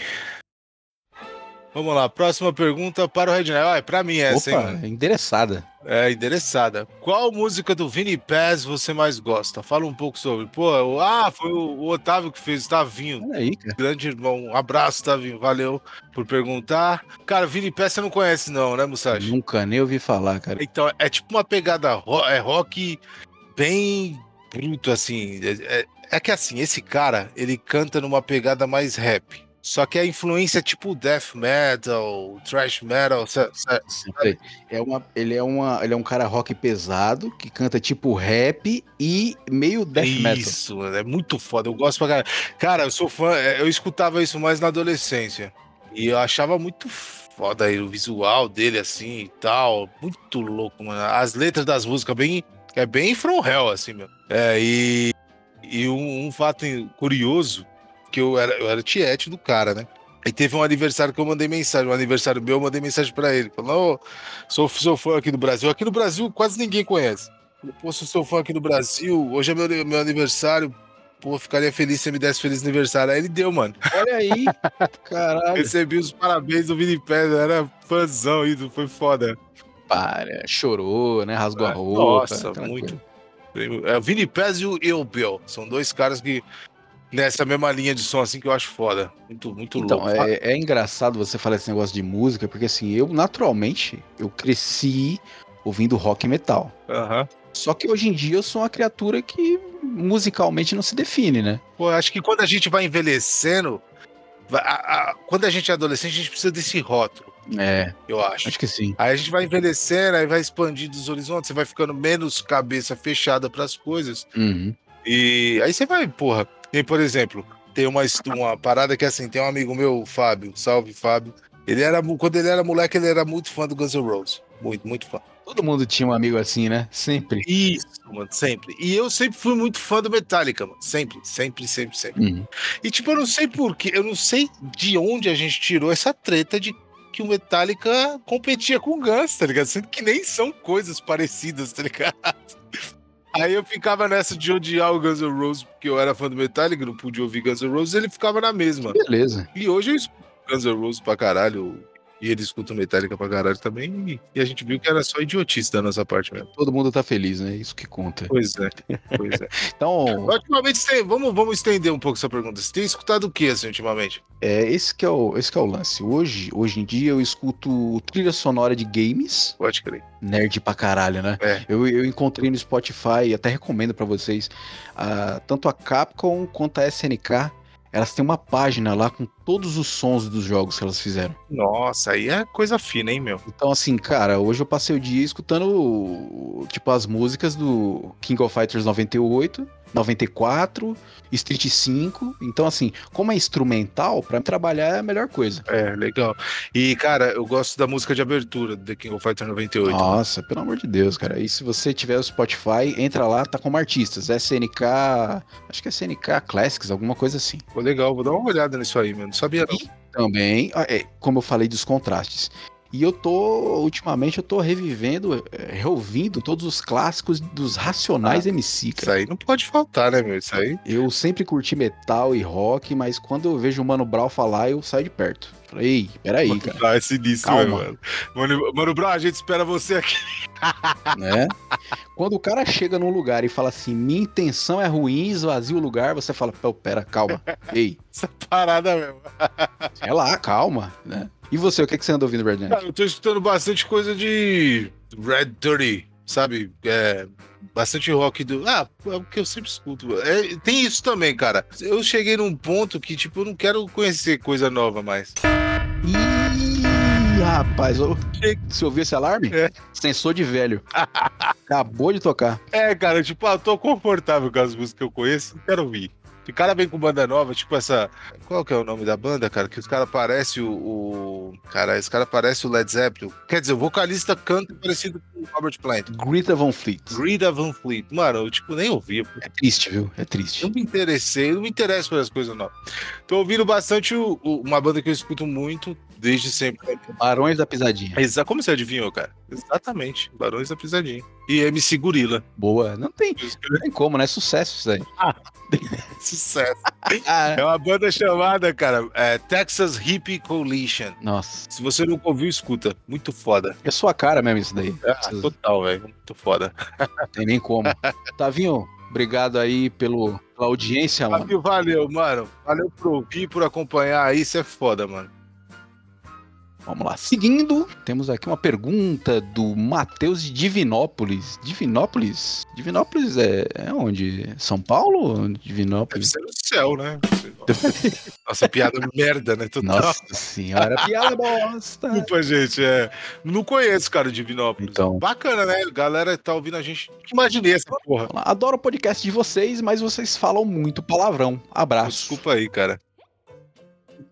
Speaker 2: Vamos lá, próxima pergunta para o Redinaldo. Ah, é pra mim essa, hein?
Speaker 1: Opa,
Speaker 2: mano?
Speaker 1: endereçada.
Speaker 2: É, interessada. Qual música do Vini Paz você mais gosta? Fala um pouco sobre. Pô, o- ah, foi o o Otávio que fez, Tavinho.
Speaker 1: Olha aí, cara.
Speaker 2: Grande irmão. Um abraço, Tavinho. Valeu por perguntar. Cara, Vini Paz você não conhece não, né, Musashi?
Speaker 1: Nunca nem ouvi falar, cara.
Speaker 2: Então, é tipo uma pegada ro- é rock bem bruto, assim. É, é- é que assim, esse cara, ele canta numa pegada mais rap. Só que a influência é tipo death metal, thrash metal, sa- sa- sabe?
Speaker 1: É uma, ele, é uma, ele é um cara rock pesado que canta tipo rap e meio death metal.
Speaker 2: Isso, mano, é muito foda. Eu gosto pra caralho. Cara, eu sou fã, é, eu escutava isso mais na adolescência. E eu achava muito foda aí o visual dele assim e tal. Muito louco, mano. As letras das músicas bem é bem from hell assim, meu. É, e e um, um fato em- curioso que eu era eu era tiete do cara, né? E teve um aniversário que eu mandei mensagem, um aniversário meu, eu mandei mensagem pra ele, falando: "Ô, sou, sou fã aqui do Brasil. Aqui no Brasil quase ninguém conhece. Falei, Pô, sou seu fã aqui no Brasil. Hoje é meu, meu aniversário. Pô, ficaria feliz se você me desse feliz aniversário. Aí ele deu, mano.
Speaker 1: Olha aí, caralho.
Speaker 2: Recebi os parabéns do Vini Pérez. eu Era fãzão isso, foi foda. Ah,
Speaker 1: Para, chorou, né? Rasgou a roupa.
Speaker 2: É, Nossa,
Speaker 1: tranquilo.
Speaker 2: muito. É, Vini Pérez e o e o Biel. São dois caras que. Nessa mesma linha de som, assim, que eu acho foda. Muito, muito
Speaker 1: Então,
Speaker 2: louco.
Speaker 1: é, é engraçado você falar esse negócio de música, porque assim, eu naturalmente, eu cresci ouvindo rock e metal.
Speaker 2: Aham.
Speaker 1: Só que hoje em dia eu sou uma criatura que musicalmente não se define, né?
Speaker 2: Pô, eu acho que quando a gente vai envelhecendo. vai- a- a- quando a gente é adolescente, a gente precisa desse rótulo,
Speaker 1: É,
Speaker 2: eu acho.
Speaker 1: acho que sim.
Speaker 2: Aí a gente vai envelhecendo, aí vai expandindo os horizontes, você vai ficando menos cabeça fechada pras coisas.
Speaker 1: Uhum.
Speaker 2: E aí você vai, porra. Tem, por exemplo, tem uma, his- uma parada que é assim: tem um amigo meu, o Fábio, salve Fábio. Ele era, mu- quando ele era moleque, ele era muito fã do Guns N' Roses. Muito, muito fã.
Speaker 1: Todo mundo tinha um amigo assim, né? Sempre.
Speaker 2: Isso, mano, sempre. E eu sempre fui muito fã do Metallica, mano. Sempre, sempre, sempre, sempre.
Speaker 1: Uhum.
Speaker 2: E tipo, eu não sei por quê, eu não sei de onde a gente tirou essa treta de que o Metallica competia com o Guns, tá ligado? Sendo que nem são coisas parecidas, tá ligado? Aí eu ficava nessa de odiar o Guns N' Roses porque eu era fã do Metallica, não podia ouvir Guns N' Roses, ele ficava na mesma.
Speaker 1: Beleza.
Speaker 2: E hoje eu escuto Guns N' Roses pra caralho, e ele escuta o Metallica pra caralho também, e- e a gente viu que era só idiotice da nossa parte mesmo.
Speaker 1: Todo mundo tá feliz, né? Isso que conta.
Speaker 2: Pois é, pois é.
Speaker 1: Então,
Speaker 2: ultimamente, você tem- vamos, vamos estender um pouco essa pergunta. Você tem escutado o que, assim, ultimamente?
Speaker 1: é esse que é o, esse que é o lance. Hoje, hoje em dia eu escuto trilha sonora de games.
Speaker 2: Pode crer.
Speaker 1: nerd pra caralho, né?
Speaker 2: É.
Speaker 1: Eu, eu encontrei no Spotify, e até recomendo pra vocês, ah, tanto a Capcom quanto a SNK, elas têm uma página lá com todos os sons dos jogos que elas fizeram.
Speaker 2: Nossa, aí é coisa fina, hein, meu?
Speaker 1: Então, assim, cara, hoje eu passei o dia escutando, o- tipo, as músicas do King of Fighters 98, 94, Street 5. Então, assim, como é instrumental, pra trabalhar é a melhor coisa.
Speaker 2: É, legal. E, cara, eu gosto da música de abertura do The King of Fighters 98.
Speaker 1: Nossa, pelo amor de Deus, cara. E se você tiver o Spotify, entra lá, tá como artistas. SNK. Acho que é SNK Classics, alguma coisa assim.
Speaker 2: Pô, legal, vou dar uma olhada nisso aí, mano. Não sabia não.
Speaker 1: E também, ah, é, como eu falei dos contrastes. E eu tô, ultimamente, eu tô revivendo, é, reouvindo todos os clássicos dos Racionais MC,
Speaker 2: Isso
Speaker 1: cara.
Speaker 2: aí não pode faltar, né, meu? Isso aí.
Speaker 1: Eu sempre curti metal e rock, mas quando eu vejo o Mano Brown falar, eu saio de perto. Falei, ei, peraí, cara.
Speaker 2: Ah, é sinistro,
Speaker 1: Calma.
Speaker 2: né, mano. Mano, mano Brown, a gente espera você aqui.
Speaker 1: né? Quando o cara chega num lugar e fala assim, minha intenção é ruim, esvazia o lugar, você fala, "Pô, pera, calma, ei,
Speaker 2: Essa parada mesmo.
Speaker 1: é lá, calma, né? E você, o que, que você anda ouvindo, Brad?
Speaker 2: Cara, eu tô escutando bastante coisa de Red Dirty, sabe? É, bastante rock do. Ah, é o que eu sempre escuto. É, tem isso também, cara. Eu cheguei num ponto que, tipo, eu não quero conhecer coisa nova mais.
Speaker 1: Ih, rapaz, ô, você ouviu esse alarme?
Speaker 2: É.
Speaker 1: Sensor de velho. Acabou de tocar.
Speaker 2: É, cara, tipo, ah, eu tô confortável com as músicas que eu conheço, não quero ouvir. E cara vem com banda nova, tipo essa. Qual que é o nome da banda, cara? Que os caras parecem o, o. Cara, esse cara parece o Led Zeppelin. Quer dizer, o vocalista canta parecido com o Robert Plant.
Speaker 1: Greta Van Fleet.
Speaker 2: Greta Van Fleet. Mano, eu, tipo, nem ouvia.
Speaker 1: É triste, viu? É
Speaker 2: Eu
Speaker 1: triste.
Speaker 2: me interessei, eu não me interesso pelas coisas novas. Tô ouvindo bastante o- o- uma banda que eu escuto muito desde sempre.
Speaker 1: Barões da Pisadinha.
Speaker 2: Exa como você adivinhou, cara? Exatamente. Barões da Pisadinha. E MC Gorila.
Speaker 1: Boa. Não tem, não tem como, né? Sucesso isso aí.
Speaker 2: Sucesso.
Speaker 1: Ah,
Speaker 2: É uma banda chamada, cara, é, Texas Hippie Coalition.
Speaker 1: nossa.
Speaker 2: Se você nunca ouviu, escuta. Muito foda.
Speaker 1: É sua cara mesmo isso daí. Tá
Speaker 2: Ah, total, velho. Muito foda.
Speaker 1: Tem nem como. Tavinho, obrigado aí pelo, pela audiência, mano.
Speaker 2: Fabio, valeu, mano. Valeu por ouvir, por acompanhar aí. Isso é foda, mano.
Speaker 1: Vamos lá. Seguindo, temos aqui uma pergunta do Matheus de Divinópolis. Divinópolis? Divinópolis é, é onde? São Paulo?
Speaker 2: Deve
Speaker 1: Divinópolis?
Speaker 2: ser no céu, né? Nossa, piada merda, né? Total.
Speaker 1: Nossa senhora, piada bosta!
Speaker 2: Desculpa, gente. É... Não conheço, cara, o Divinópolis.
Speaker 1: Então.
Speaker 2: Bacana, né? Galera tá ouvindo a gente. Imaginei essa porra.
Speaker 1: Vamos lá. Adoro o podcast de vocês, mas vocês falam muito palavrão. Abraço.
Speaker 2: Desculpa aí, cara.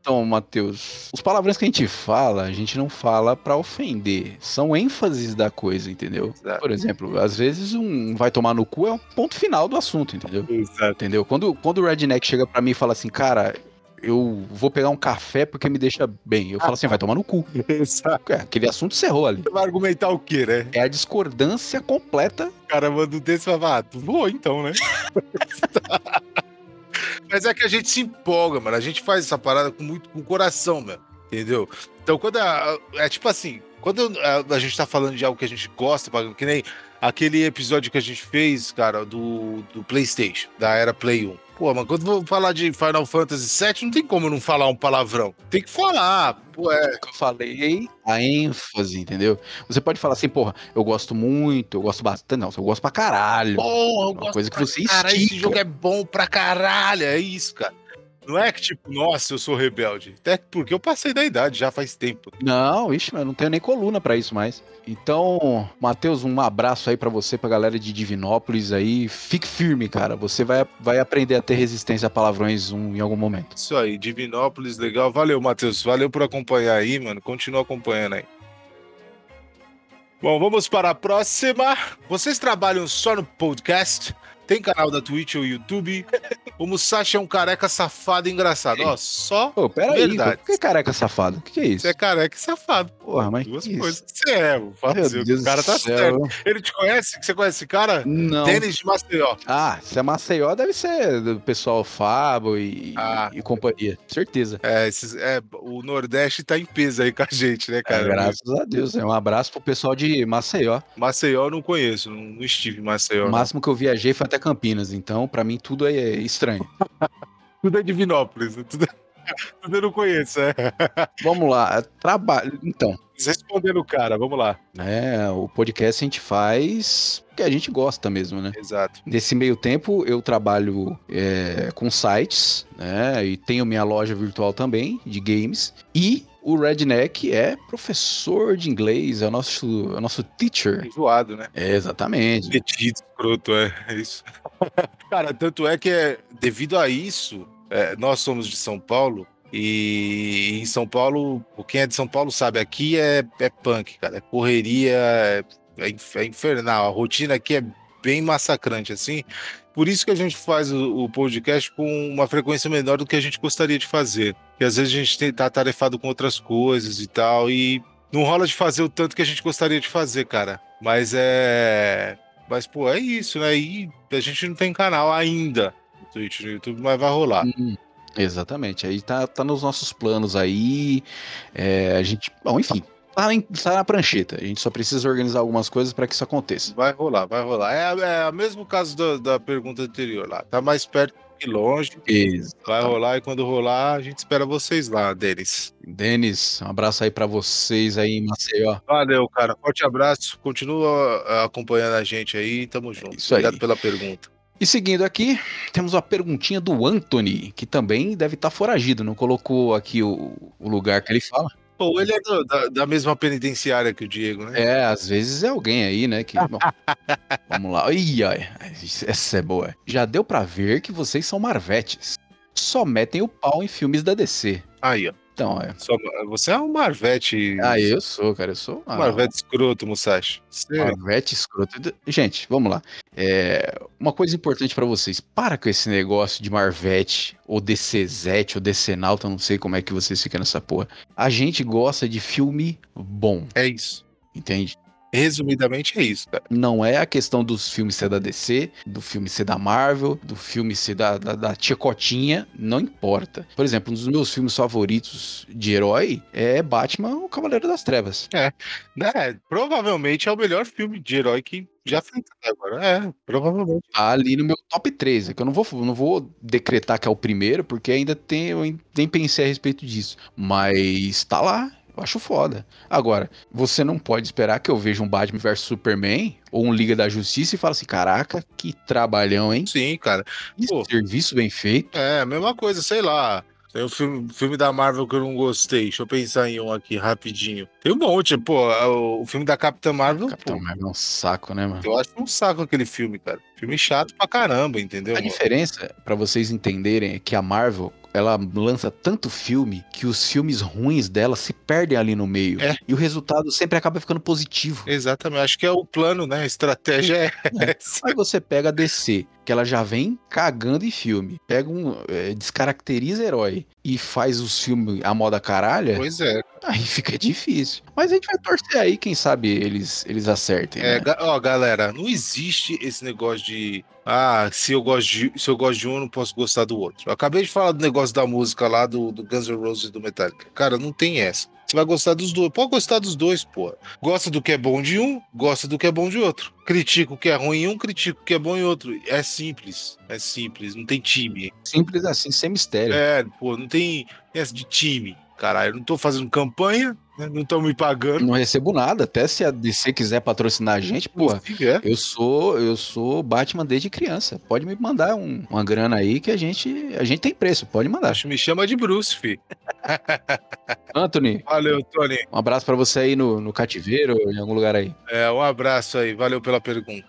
Speaker 1: Então, Matheus, os palavrões que a gente fala, a gente não fala pra ofender. São ênfases da coisa, entendeu?
Speaker 2: Exato.
Speaker 1: Por exemplo, às vezes um vai tomar no cu é um ponto final do assunto, entendeu?
Speaker 2: Exato.
Speaker 1: Entendeu? Quando, quando o Redneck chega pra mim e fala assim, cara, eu vou pegar um café porque me deixa bem. Eu falo assim, vai tomar no cu.
Speaker 2: Exato.
Speaker 1: É, aquele assunto cerrou ali.
Speaker 2: Vai argumentar o quê, né?
Speaker 1: É a discordância completa.
Speaker 2: O cara manda um desse e fala, ah, tu voou então, né? Mas é que a gente se empolga, mano. A gente faz essa parada com muito com coração, meu. Entendeu? Então, quando a, é tipo assim, quando a, a gente tá falando de algo que a gente gosta, pagando que nem aquele episódio que a gente fez, cara, do, do PlayStation, da era Play 1. Pô, mas quando eu vou falar de Final Fantasy VII, não tem como eu não falar um palavrão. Tem que falar, pô, é.
Speaker 1: O que eu falei, a ênfase, entendeu? Você pode falar assim, porra, eu gosto muito, eu gosto bastante. Não, eu gosto pra caralho.
Speaker 2: Porra, eu
Speaker 1: É Uma
Speaker 2: gosto
Speaker 1: coisa que
Speaker 2: pra
Speaker 1: você
Speaker 2: Cara, esse
Speaker 1: estica.
Speaker 2: jogo é bom pra caralho, é isso, cara. Não é que tipo, nossa, eu sou rebelde. Até porque eu passei da idade já faz tempo. Tá
Speaker 1: Não, ixi, mas eu não tenho nem coluna pra isso mais. Então, Matheus, um abraço aí pra você, pra galera de Divinópolis aí. Fique firme, cara. Você vai, vai aprender a ter resistência a palavrões um, em algum momento.
Speaker 2: Isso aí, Divinópolis, legal. Valeu, Matheus. Valeu por acompanhar aí, mano. Continua acompanhando aí. Bom, vamos para a próxima. Vocês trabalham só no podcast? Tem canal da Twitch ou YouTube? O Musashi é um careca safado e engraçado. Ó, só
Speaker 1: Pô, pera aí,
Speaker 2: Verdade.
Speaker 1: pô. por que careca safado? O que, que é isso?
Speaker 2: você é careca e safado.
Speaker 1: Porra, mas
Speaker 2: Duas
Speaker 1: que isso?
Speaker 2: coisas. que Você é, vou
Speaker 1: Meu
Speaker 2: fazer.
Speaker 1: Deus
Speaker 2: O cara
Speaker 1: do
Speaker 2: tá
Speaker 1: céu.
Speaker 2: certo. Ele te conhece? Você conhece esse cara?
Speaker 1: Não.
Speaker 2: Tênis de Maceió.
Speaker 1: Ah, se é Maceió, deve ser do pessoal Fábio e,
Speaker 2: Ah.
Speaker 1: e companhia. Certeza.
Speaker 2: É, esses- é, o Nordeste tá em peso aí com a gente, né, cara?
Speaker 1: graças a Deus. É um abraço pro pessoal de Maceió.
Speaker 2: Maceió eu não conheço, não, não estive em Maceió.
Speaker 1: O
Speaker 2: não.
Speaker 1: máximo que eu viajei foi até Campinas, então pra mim tudo é estranho.
Speaker 2: Tudo é Divinópolis, né? tudo, tudo eu não conheço. É.
Speaker 1: Vamos lá, trabalho. Então,
Speaker 2: Respondendo o cara, vamos lá.
Speaker 1: né, o podcast a gente faz porque a gente gosta mesmo, né?
Speaker 2: Exato.
Speaker 1: Nesse meio tempo, eu trabalho é, com sites, né? E tenho minha loja virtual também, de games. E o Redneck é professor de inglês, é o nosso, é o nosso teacher.
Speaker 2: Enjoado, né?
Speaker 1: É, exatamente.
Speaker 2: Metido, escroto, é, é isso. Cara, tanto é que é, devido a isso, é, nós somos de São Paulo e em São Paulo, quem é de São Paulo sabe, aqui é, é punk, cara, é correria, é, é inf- é infernal, a rotina aqui é bem massacrante, assim. Por isso que a gente faz o, o podcast com uma frequência menor do que a gente gostaria de fazer. E às vezes a gente tem- tá tarefado com outras coisas e tal, e não rola de fazer o tanto que a gente gostaria de fazer, cara. Mas é. Mas, pô, é isso, né? E a gente não tem canal ainda no Twitch, no YouTube, mas vai rolar.
Speaker 1: Hum, Exatamente. Aí tá, tá nos nossos planos aí. é, a gente. Bom, enfim, tá, em- tá na prancheta. A gente só precisa organizar algumas coisas pra que isso aconteça.
Speaker 2: Vai rolar, vai rolar. É, é o mesmo caso da, da pergunta anterior lá. Tá mais perto que longe. Vai rolar e quando rolar, a gente espera vocês lá, Denis.
Speaker 1: Denis, um abraço aí pra vocês aí em Maceió.
Speaker 2: Valeu, cara. Forte abraço. Continua ah, acompanhando a gente aí. Tamo junto.
Speaker 1: É isso aí.
Speaker 2: Obrigado pela pergunta.
Speaker 1: E seguindo aqui, temos uma perguntinha do Anthony, que também deve estar foragido, não colocou aqui o, o lugar que ele fala.
Speaker 2: Pô, ele é do- da, da mesma penitenciária que o Diego, né?
Speaker 1: É, às vezes é alguém aí, né? Que, bom, vamos lá. Ih, ai, essa é boa. Já deu pra ver que vocês são marvetes. Só metem o pau em filmes da DC.
Speaker 2: Aí, ó.
Speaker 1: Então, é.
Speaker 2: Só- você é um Marvete. um
Speaker 1: Ah, eu Ah. sou, cara, eu sou uma-
Speaker 2: Marvete escroto, Musashi. Você
Speaker 1: Marvete Ah, escroto. Gente, vamos lá. É, uma coisa importante pra vocês: para com esse negócio de Marvete, ou DCzete, ou DCnauta, não sei como é que vocês ficam nessa porra. A gente gosta de filme bom,
Speaker 2: é isso.
Speaker 1: entende?
Speaker 2: Resumidamente é isso, cara.
Speaker 1: Não é a questão dos filmes ser da DC, do filme ser da Marvel, do filme ser da, da, da Tia Cotinha, não importa. Por exemplo, um dos meus filmes favoritos de herói é Batman, o Cavaleiro das Trevas.
Speaker 2: Né? Provavelmente é o melhor filme de herói que já fez até agora. É, provavelmente.
Speaker 1: tá ali no meu top 3. É que eu não vou, não vou decretar que é o primeiro, porque ainda tem, eu nem pensei a respeito disso. Mas tá lá. Eu acho foda. Agora, você não pode esperar que eu veja um Batman vs Superman ou um Liga da Justiça e fale assim: caraca, que trabalhão, hein?
Speaker 2: Sim, cara.
Speaker 1: Que
Speaker 2: Pô.
Speaker 1: serviço bem feito.
Speaker 2: É, mesma coisa, sei lá. Tem um filme, filme da Marvel que eu não gostei. Deixa eu pensar em um aqui rapidinho. Tem um monte, pô. é O, o filme da Capitã Marvel,
Speaker 1: Capitão
Speaker 2: pô,
Speaker 1: Marvel é um saco, né, mano?
Speaker 2: eu acho um saco aquele filme, cara. Filme chato pra caramba, entendeu?
Speaker 1: A
Speaker 2: mano?
Speaker 1: diferença, pra vocês entenderem, é que a Marvel. Ela lança tanto filme que os filmes ruins dela se perdem ali no meio.
Speaker 2: É.
Speaker 1: E o resultado sempre acaba ficando positivo.
Speaker 2: Exatamente. Acho que é o plano, né? A estratégia é essa.
Speaker 1: Aí você pega a DC, que ela já vem cagando em filme. Pega um. é, descaracteriza herói e faz os filmes à moda caralha.
Speaker 2: Pois é,
Speaker 1: Aí fica difícil. Mas a gente vai torcer aí, quem sabe eles, eles acertem.
Speaker 2: É,
Speaker 1: né?
Speaker 2: ga- ó, galera, não existe esse negócio de ah, se eu gosto de, se eu gosto de um, eu não posso gostar do outro. Eu acabei de falar do negócio da música lá do, do Guns N' Roses e do Metallica. Cara, não tem essa. Você vai gostar dos dois. Pode gostar dos dois, pô. Gosta do que é bom de um, gosta do que é bom de outro. Critica o que é ruim em um, critica o que é bom em outro. É simples. É simples. Não tem time.
Speaker 1: Simples assim, sem mistério.
Speaker 2: É, pô, não tem essa de time. Caralho, eu não tô fazendo campanha, né? não estão me pagando.
Speaker 1: Não recebo nada, até se a DC quiser patrocinar a gente, pô.
Speaker 2: Inclusive, é.
Speaker 1: Eu sou, eu sou Batman desde criança. Pode me mandar um- uma grana aí que a gente, a gente tem preço, pode mandar.
Speaker 2: Acho que me chama de Bruce, fi.
Speaker 1: Anthony,
Speaker 2: Valeu, Tony.
Speaker 1: um abraço pra você aí no, no cativeiro, em algum lugar aí.
Speaker 2: É, um abraço aí, valeu pela pergunta.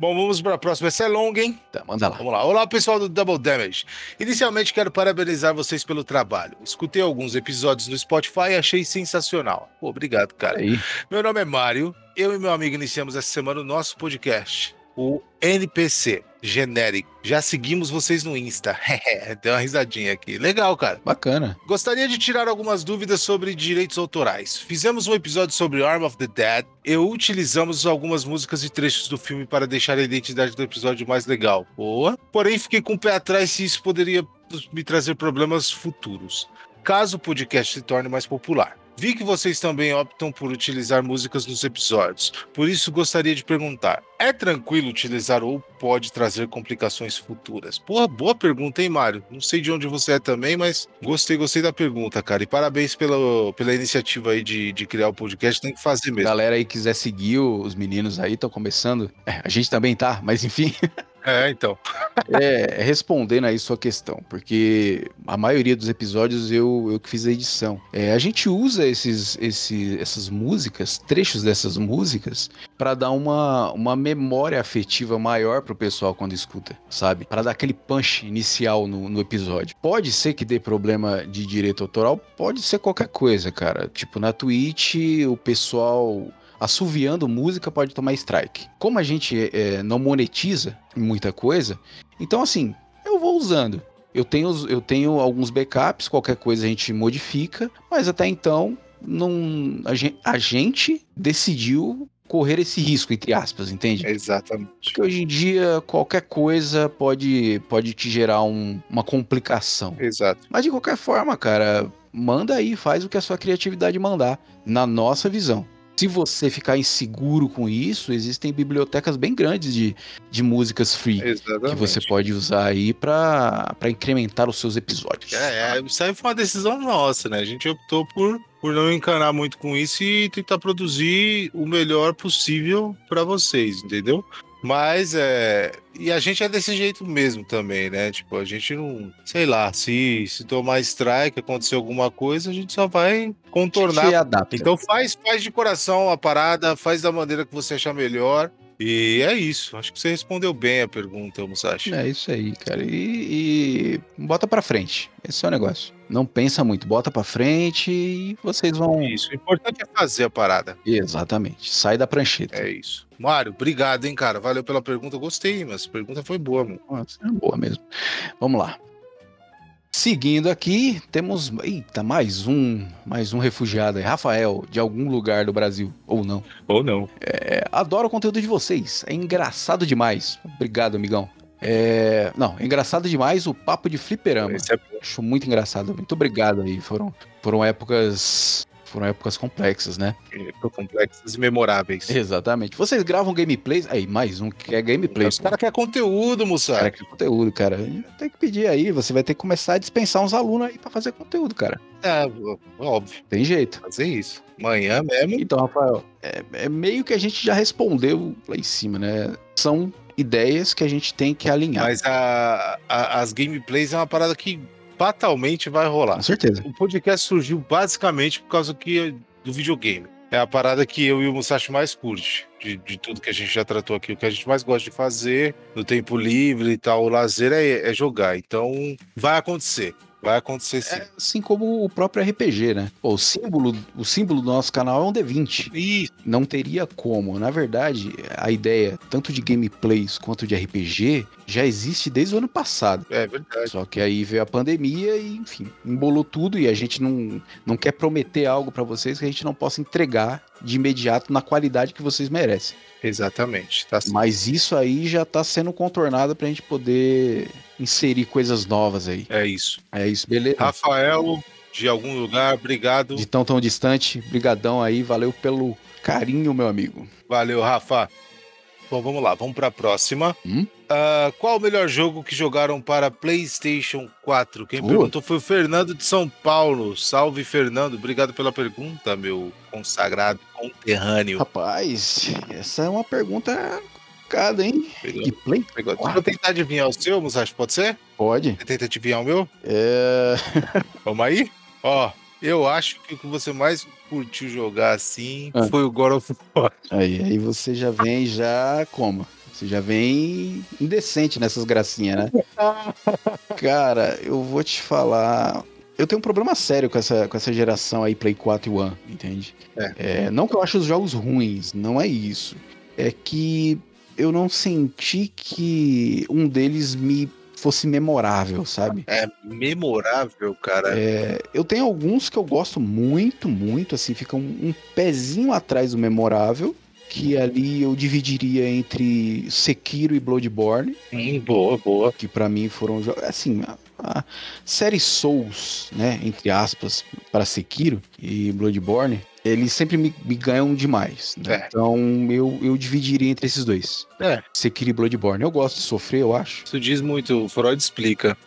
Speaker 2: Bom, vamos para a próxima. Essa é longa, hein?
Speaker 1: Tá, manda lá.
Speaker 2: Vamos lá. Olá, pessoal do Double Damage. Inicialmente quero parabenizar vocês pelo trabalho. Escutei alguns episódios no Spotify e achei sensacional. Pô, obrigado, cara.
Speaker 1: Aí.
Speaker 2: Meu nome é Mário. Eu e meu amigo iniciamos essa semana o nosso podcast, o NPC Generic. Já seguimos vocês no Insta. Deu uma risadinha aqui. Legal, cara.
Speaker 1: Bacana.
Speaker 2: Gostaria de tirar algumas dúvidas sobre direitos autorais. Fizemos um episódio sobre Arm of the Dead e utilizamos algumas músicas e trechos do filme para deixar a identidade do episódio mais legal. Boa. Porém, fiquei com o pé atrás se isso poderia me trazer problemas futuros, caso o podcast se torne mais popular. Vi que vocês também optam por utilizar músicas nos episódios, por isso gostaria de perguntar: é tranquilo utilizar ou pode trazer complicações futuras? Porra, boa pergunta, hein, Mário? Não sei de onde você é também, mas gostei, gostei da pergunta, cara. E parabéns pela, pela iniciativa aí de, de criar o podcast, tem que fazer mesmo.
Speaker 1: Galera aí quiser seguir o- os meninos aí, estão começando. É, a gente também tá, mas enfim,
Speaker 2: É, então.
Speaker 1: é, é respondendo aí sua questão, porque a maioria dos episódios eu, eu que fiz a edição. É, a gente usa esses, esse, essas músicas, trechos dessas músicas, pra dar uma, uma memória afetiva maior pro pessoal quando escuta, sabe? Pra dar aquele punch inicial no, no episódio. Pode ser que dê problema de direito autoral, pode ser qualquer coisa, cara. Tipo, na Twitch, o pessoal assoviando música pode tomar strike. Como a gente é, não monetiza muita coisa, então assim, eu vou usando. Eu tenho, os- eu tenho alguns backups, qualquer coisa a gente modifica, mas até então não, a, gen- a gente, decidiu correr esse risco, entre aspas,
Speaker 2: É.
Speaker 1: entende?
Speaker 2: Exatamente.
Speaker 1: Porque hoje em dia qualquer coisa pode, pode te gerar um- uma complicação.
Speaker 2: Exato.
Speaker 1: Mas de qualquer forma, cara, manda aí, faz o que a sua criatividade mandar, na nossa visão. Se você ficar inseguro com isso, existem bibliotecas bem grandes de, de músicas free
Speaker 2: Exatamente.
Speaker 1: que você pode usar aí pra pra incrementar os seus episódios.
Speaker 2: É, é, isso aí foi uma decisão nossa, né? A gente optou por, por não encanar muito com isso e tentar produzir o melhor possível pra vocês, entendeu? Mas é. E a gente é desse jeito mesmo também, né? Tipo, a gente não. Sei lá, se, se tomar strike, acontecer alguma coisa, a gente só vai
Speaker 1: tornar
Speaker 2: contornar
Speaker 1: se adapta.
Speaker 2: então faz, faz de coração a parada, faz da maneira que você achar melhor. E é isso. Acho que você respondeu bem a pergunta, Musashi.
Speaker 1: é isso aí, cara. E, e bota pra frente. Esse é o negócio. Não pensa muito, bota pra frente e vocês vão
Speaker 2: Isso. O importante é fazer a parada.
Speaker 1: Exatamente. Sai da prancheta.
Speaker 2: É isso. Mário, obrigado, hein, cara. Valeu pela pergunta. Eu Gostei, mas a pergunta foi boa, mano.
Speaker 1: Nossa, é boa mesmo. Vamos lá. Seguindo aqui, temos. Eita, mais um. Mais um refugiado aí. Rafael, de algum lugar do Brasil. Ou não.
Speaker 2: Ou não.
Speaker 1: É, adoro o conteúdo de vocês. É engraçado demais. Obrigado, amigão. É, não, é engraçado demais o papo de fliperama.
Speaker 2: Esse é bom.
Speaker 1: Acho muito engraçado. Muito obrigado aí. Foram, foram épocas. Foram épocas complexas, né?
Speaker 2: é Complexas e memoráveis.
Speaker 1: Exatamente. Vocês gravam gameplays. Aí, mais um que é gameplay.
Speaker 2: Os caras querem conteúdo, moçada.
Speaker 1: Cara, que conteúdo, cara. Tem que pedir aí. Você vai ter que começar a dispensar uns alunos aí pra fazer conteúdo, cara.
Speaker 2: É, óbvio.
Speaker 1: Tem jeito.
Speaker 2: Fazer isso. Amanhã mesmo.
Speaker 1: Então, Rafael, é, é meio que a gente já respondeu lá em cima, né? São ideias que a gente tem que alinhar.
Speaker 2: Mas a- a- as gameplays é uma parada que fatalmente vai rolar.
Speaker 1: Com certeza.
Speaker 2: O podcast surgiu basicamente por causa que, do videogame. É a parada que eu e o Musashi mais curte de, de tudo que a gente já tratou aqui. O que a gente mais gosta de fazer no tempo livre e tal, o lazer é, é jogar. Então, vai acontecer. Vai acontecer sim.
Speaker 1: É, assim como o próprio RPG, né? Pô, o símbolo, o símbolo do nosso canal é um D20.
Speaker 2: E
Speaker 1: não teria como. Na verdade, a ideia tanto de gameplays quanto de RPG já existe desde o ano passado.
Speaker 2: é verdade.
Speaker 1: Só que aí veio a pandemia e, enfim, embolou tudo e a gente não, não quer prometer algo pra vocês que a gente não possa entregar de imediato na qualidade que vocês merecem.
Speaker 2: Exatamente. Tá certo.
Speaker 1: Mas isso aí já tá sendo contornado pra gente poder inserir coisas novas aí.
Speaker 2: É isso.
Speaker 1: É isso, beleza?
Speaker 2: Rafael, de algum lugar, obrigado.
Speaker 1: De tão tão distante, brigadão aí, valeu pelo carinho, meu amigo.
Speaker 2: Valeu, Rafa. Bom, vamos lá, vamos para a próxima.
Speaker 1: Hum?
Speaker 2: Ah, qual o melhor jogo que jogaram para PlayStation 4? Quem
Speaker 1: Pô.
Speaker 2: perguntou foi o Fernando de São Paulo. Salve, Fernando. Obrigado pela pergunta, meu consagrado conterrâneo.
Speaker 1: Rapaz, essa é uma pergunta complicada, hein?
Speaker 2: Pegou,
Speaker 1: De play?
Speaker 2: pegou. Deixa eu tentar adivinhar o seu, Musashi, pode ser?
Speaker 1: Pode.
Speaker 2: Você tenta adivinhar o meu?
Speaker 1: É...
Speaker 2: Vamos aí? Ó, eu acho que o que você mais curtiu jogar assim
Speaker 1: Ah.
Speaker 2: foi o God of War.
Speaker 1: Aí, aí você já vem já como? Você já vem indecente nessas gracinhas, né? Cara, eu vou te falar. Eu tenho um problema sério com essa, com essa geração aí, Play 4 e One, entende? É, não que eu ache os jogos ruins, não é isso. É que eu não senti que um deles me fosse memorável, sabe?
Speaker 2: É memorável, cara.
Speaker 1: É, eu tenho alguns que eu gosto muito, muito, assim, ficam um pezinho atrás do memorável, que ali eu dividiria entre Sekiro e Bloodborne,
Speaker 2: Hum, boa, boa.
Speaker 1: que pra mim foram, jo- assim, a, a série Souls, né, entre aspas, para Sekiro e Bloodborne, eles sempre me, me ganham demais, né?
Speaker 2: É.
Speaker 1: Então eu, eu dividiria entre esses dois.
Speaker 2: É.
Speaker 1: Sekiro e Bloodborne. Eu gosto de sofrer, eu acho.
Speaker 2: Isso diz muito, o Freud explica.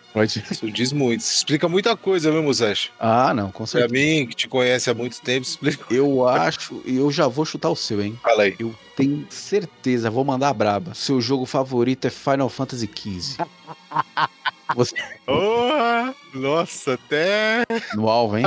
Speaker 2: Isso diz muito. Isso explica muita coisa, viu, Musashi?
Speaker 1: Ah, não, com
Speaker 2: Pra
Speaker 1: certeza.
Speaker 2: mim, que te conhece há muito tempo, explica.
Speaker 1: Eu acho, e eu já vou chutar o seu, hein?
Speaker 2: Fala aí.
Speaker 1: Eu tenho certeza, vou mandar a braba. Seu jogo favorito é Final Fantasy XV. Você
Speaker 2: nossa, até.
Speaker 1: no alvo, hein?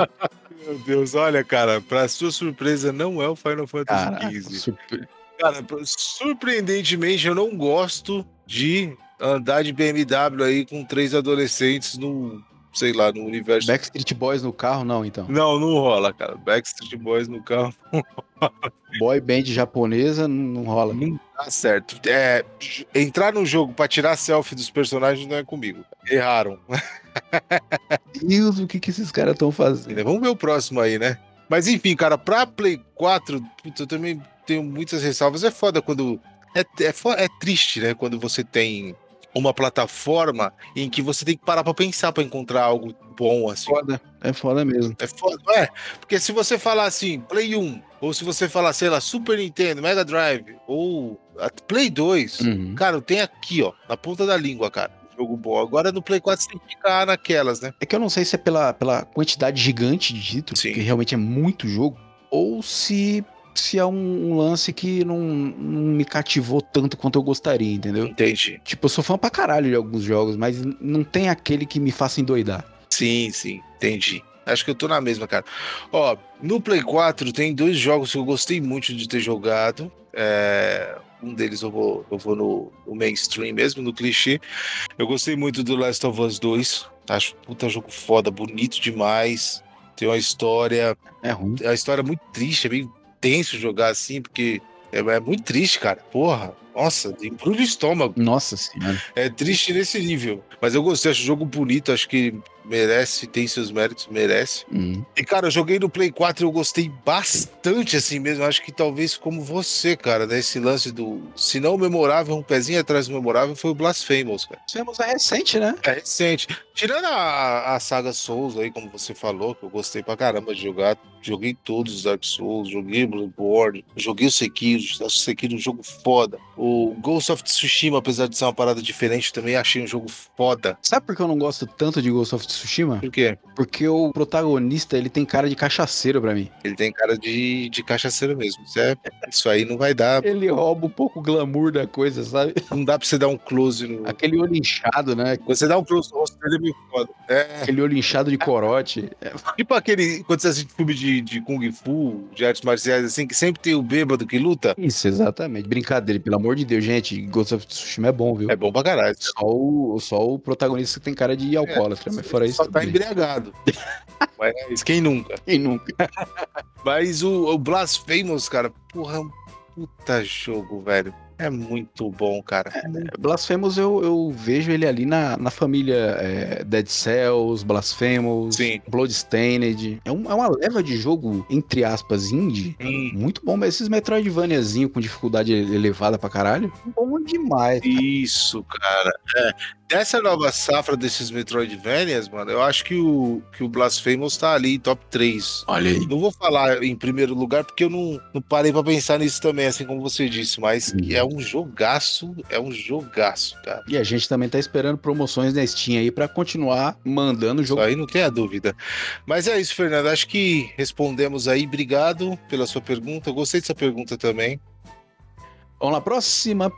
Speaker 2: Meu Deus, olha, cara, pra sua surpresa, não é o Final
Speaker 1: Cara,
Speaker 2: Fantasy XV.
Speaker 1: super-
Speaker 2: Cara, pra- surpreendentemente, eu não gosto de andar de BMW aí com três adolescentes no, sei lá, no universo.
Speaker 1: Backstreet Boys no carro, não, então.
Speaker 2: Não, não rola, cara. Backstreet Boys no carro.
Speaker 1: Boy Band japonesa não não rola.
Speaker 2: Não dá certo. É, entrar no jogo pra tirar selfie dos personagens não é comigo. Erraram.
Speaker 1: Meu Deus, o que, que esses caras estão fazendo?
Speaker 2: Né? Vamos ver o próximo aí, né? Mas enfim, cara, pra Play 4, puta, eu também tenho muitas ressalvas. É foda quando. É, é, fo- é triste, né? Quando você tem uma plataforma em que você tem que parar pra pensar pra encontrar algo bom, assim.
Speaker 1: Foda. É foda mesmo.
Speaker 2: É foda, não é? Porque se você falar assim, Play 1, ou se você falar, sei lá, Super Nintendo, Mega Drive, ou a- Play 2,
Speaker 1: Uhum.
Speaker 2: Cara, eu tenho aqui, ó, na ponta da língua, cara. Jogo bom. Agora no Play 4 você tem que ficar naquelas, né?
Speaker 1: É que eu não sei se é pela, pela quantidade gigante de títulos,
Speaker 2: Sim.
Speaker 1: que realmente é muito jogo, ou se, se é um, um lance que não, não me cativou tanto quanto eu gostaria, entendeu?
Speaker 2: Entendi.
Speaker 1: Tipo, eu sou fã pra caralho de alguns jogos, mas n- não tem aquele que me faça endoidar.
Speaker 2: Sim, sim, entendi. Acho que eu tô na mesma, cara. Ó, no Play 4 tem dois jogos que eu gostei muito de ter jogado. É, Um deles eu vou, eu vou no, no mainstream mesmo, no clichê. Eu gostei muito do Last of Us 2. Acho um puta jogo foda, bonito demais. Tem uma história
Speaker 1: É ruim.
Speaker 2: a história é muito triste, é meio tenso jogar assim, porque é, é muito triste, cara. Porra, nossa, embrulha o estômago.
Speaker 1: Nossa senhora.
Speaker 2: É triste nesse nível. Mas eu gostei, acho o jogo bonito, acho que merece, tem seus méritos, merece.
Speaker 1: Hum.
Speaker 2: E, cara, eu joguei no Play 4 e eu gostei bastante assim mesmo. Acho que talvez como você, cara, né? Esse lance do. Se não o memorável, um pezinho atrás do memorável foi o Blasphemous, cara.
Speaker 1: Tivemos a recente, né?
Speaker 2: É recente. Tirando a, a saga Souls aí, como você falou, que eu gostei pra caramba de jogar, Joguei todos os Dark Souls, joguei Bloodborne, joguei o Sekiro, o Sekiro é um jogo foda. O Ghost of Tsushima, apesar de ser uma parada diferente, também achei um jogo foda.
Speaker 1: Sabe por que eu não gosto tanto de Ghost of Tsushima?
Speaker 2: Por quê?
Speaker 1: Porque o protagonista, ele tem cara de cachaceiro pra mim.
Speaker 2: Ele tem cara de, de cachaceiro mesmo. Isso, é- isso aí não vai dar.
Speaker 1: Ele rouba um pouco o glamour da coisa, sabe?
Speaker 2: Não dá pra você dar um close no.
Speaker 1: Aquele olho inchado, né?
Speaker 2: Quando você dá um close no rosto dele é meio foda. É.
Speaker 1: Aquele olho inchado de corote.
Speaker 2: Tipo aquele. Quando você assiste filme de, de Kung Fu, de artes marciais, assim, que sempre tem o bêbado que luta.
Speaker 1: Isso, exatamente. Brincadeira, pelo amor de Deus, gente. Ghost of Tsushima é bom, viu?
Speaker 2: É bom pra caralho.
Speaker 1: Só o, só o protagonista que tem cara de alcoólatra, mas fora isso.
Speaker 2: Só
Speaker 1: tudo
Speaker 2: tá
Speaker 1: bem.
Speaker 2: embriagado. Mas quem nunca?
Speaker 1: Quem nunca?
Speaker 2: Mas o, o Blasphemous, cara, porra, é um puta jogo, velho. É muito bom, cara.
Speaker 1: Blasphemous, eu, eu vejo ele ali na, na família é, Dead Cells, Blasphemous,
Speaker 2: Sim.
Speaker 1: Bloodstained. É, um- é uma leva de jogo, entre aspas, indie.
Speaker 2: Hum,
Speaker 1: Muito bom, mas esses Metroidvaniazinho com dificuldade elevada pra caralho, bom demais.
Speaker 2: Isso, cara. É. Dessa nova safra desses Metroidvanias, mano, eu acho que o, que o Blasphemous tá ali em top 3.
Speaker 1: Olha aí.
Speaker 2: Não vou falar em primeiro lugar, porque eu não, não parei pra pensar nisso também, assim como você disse, mas
Speaker 1: Uhum.
Speaker 2: é um jogaço, é um jogaço, cara.
Speaker 1: E a gente também tá esperando promoções na Steam aí pra continuar mandando o
Speaker 2: Isso
Speaker 1: jogo.
Speaker 2: aí não tem a dúvida. Mas é isso, Fernando. Acho que respondemos aí. Obrigado pela sua pergunta. Eu gostei dessa pergunta também.
Speaker 1: Vamos lá, próxima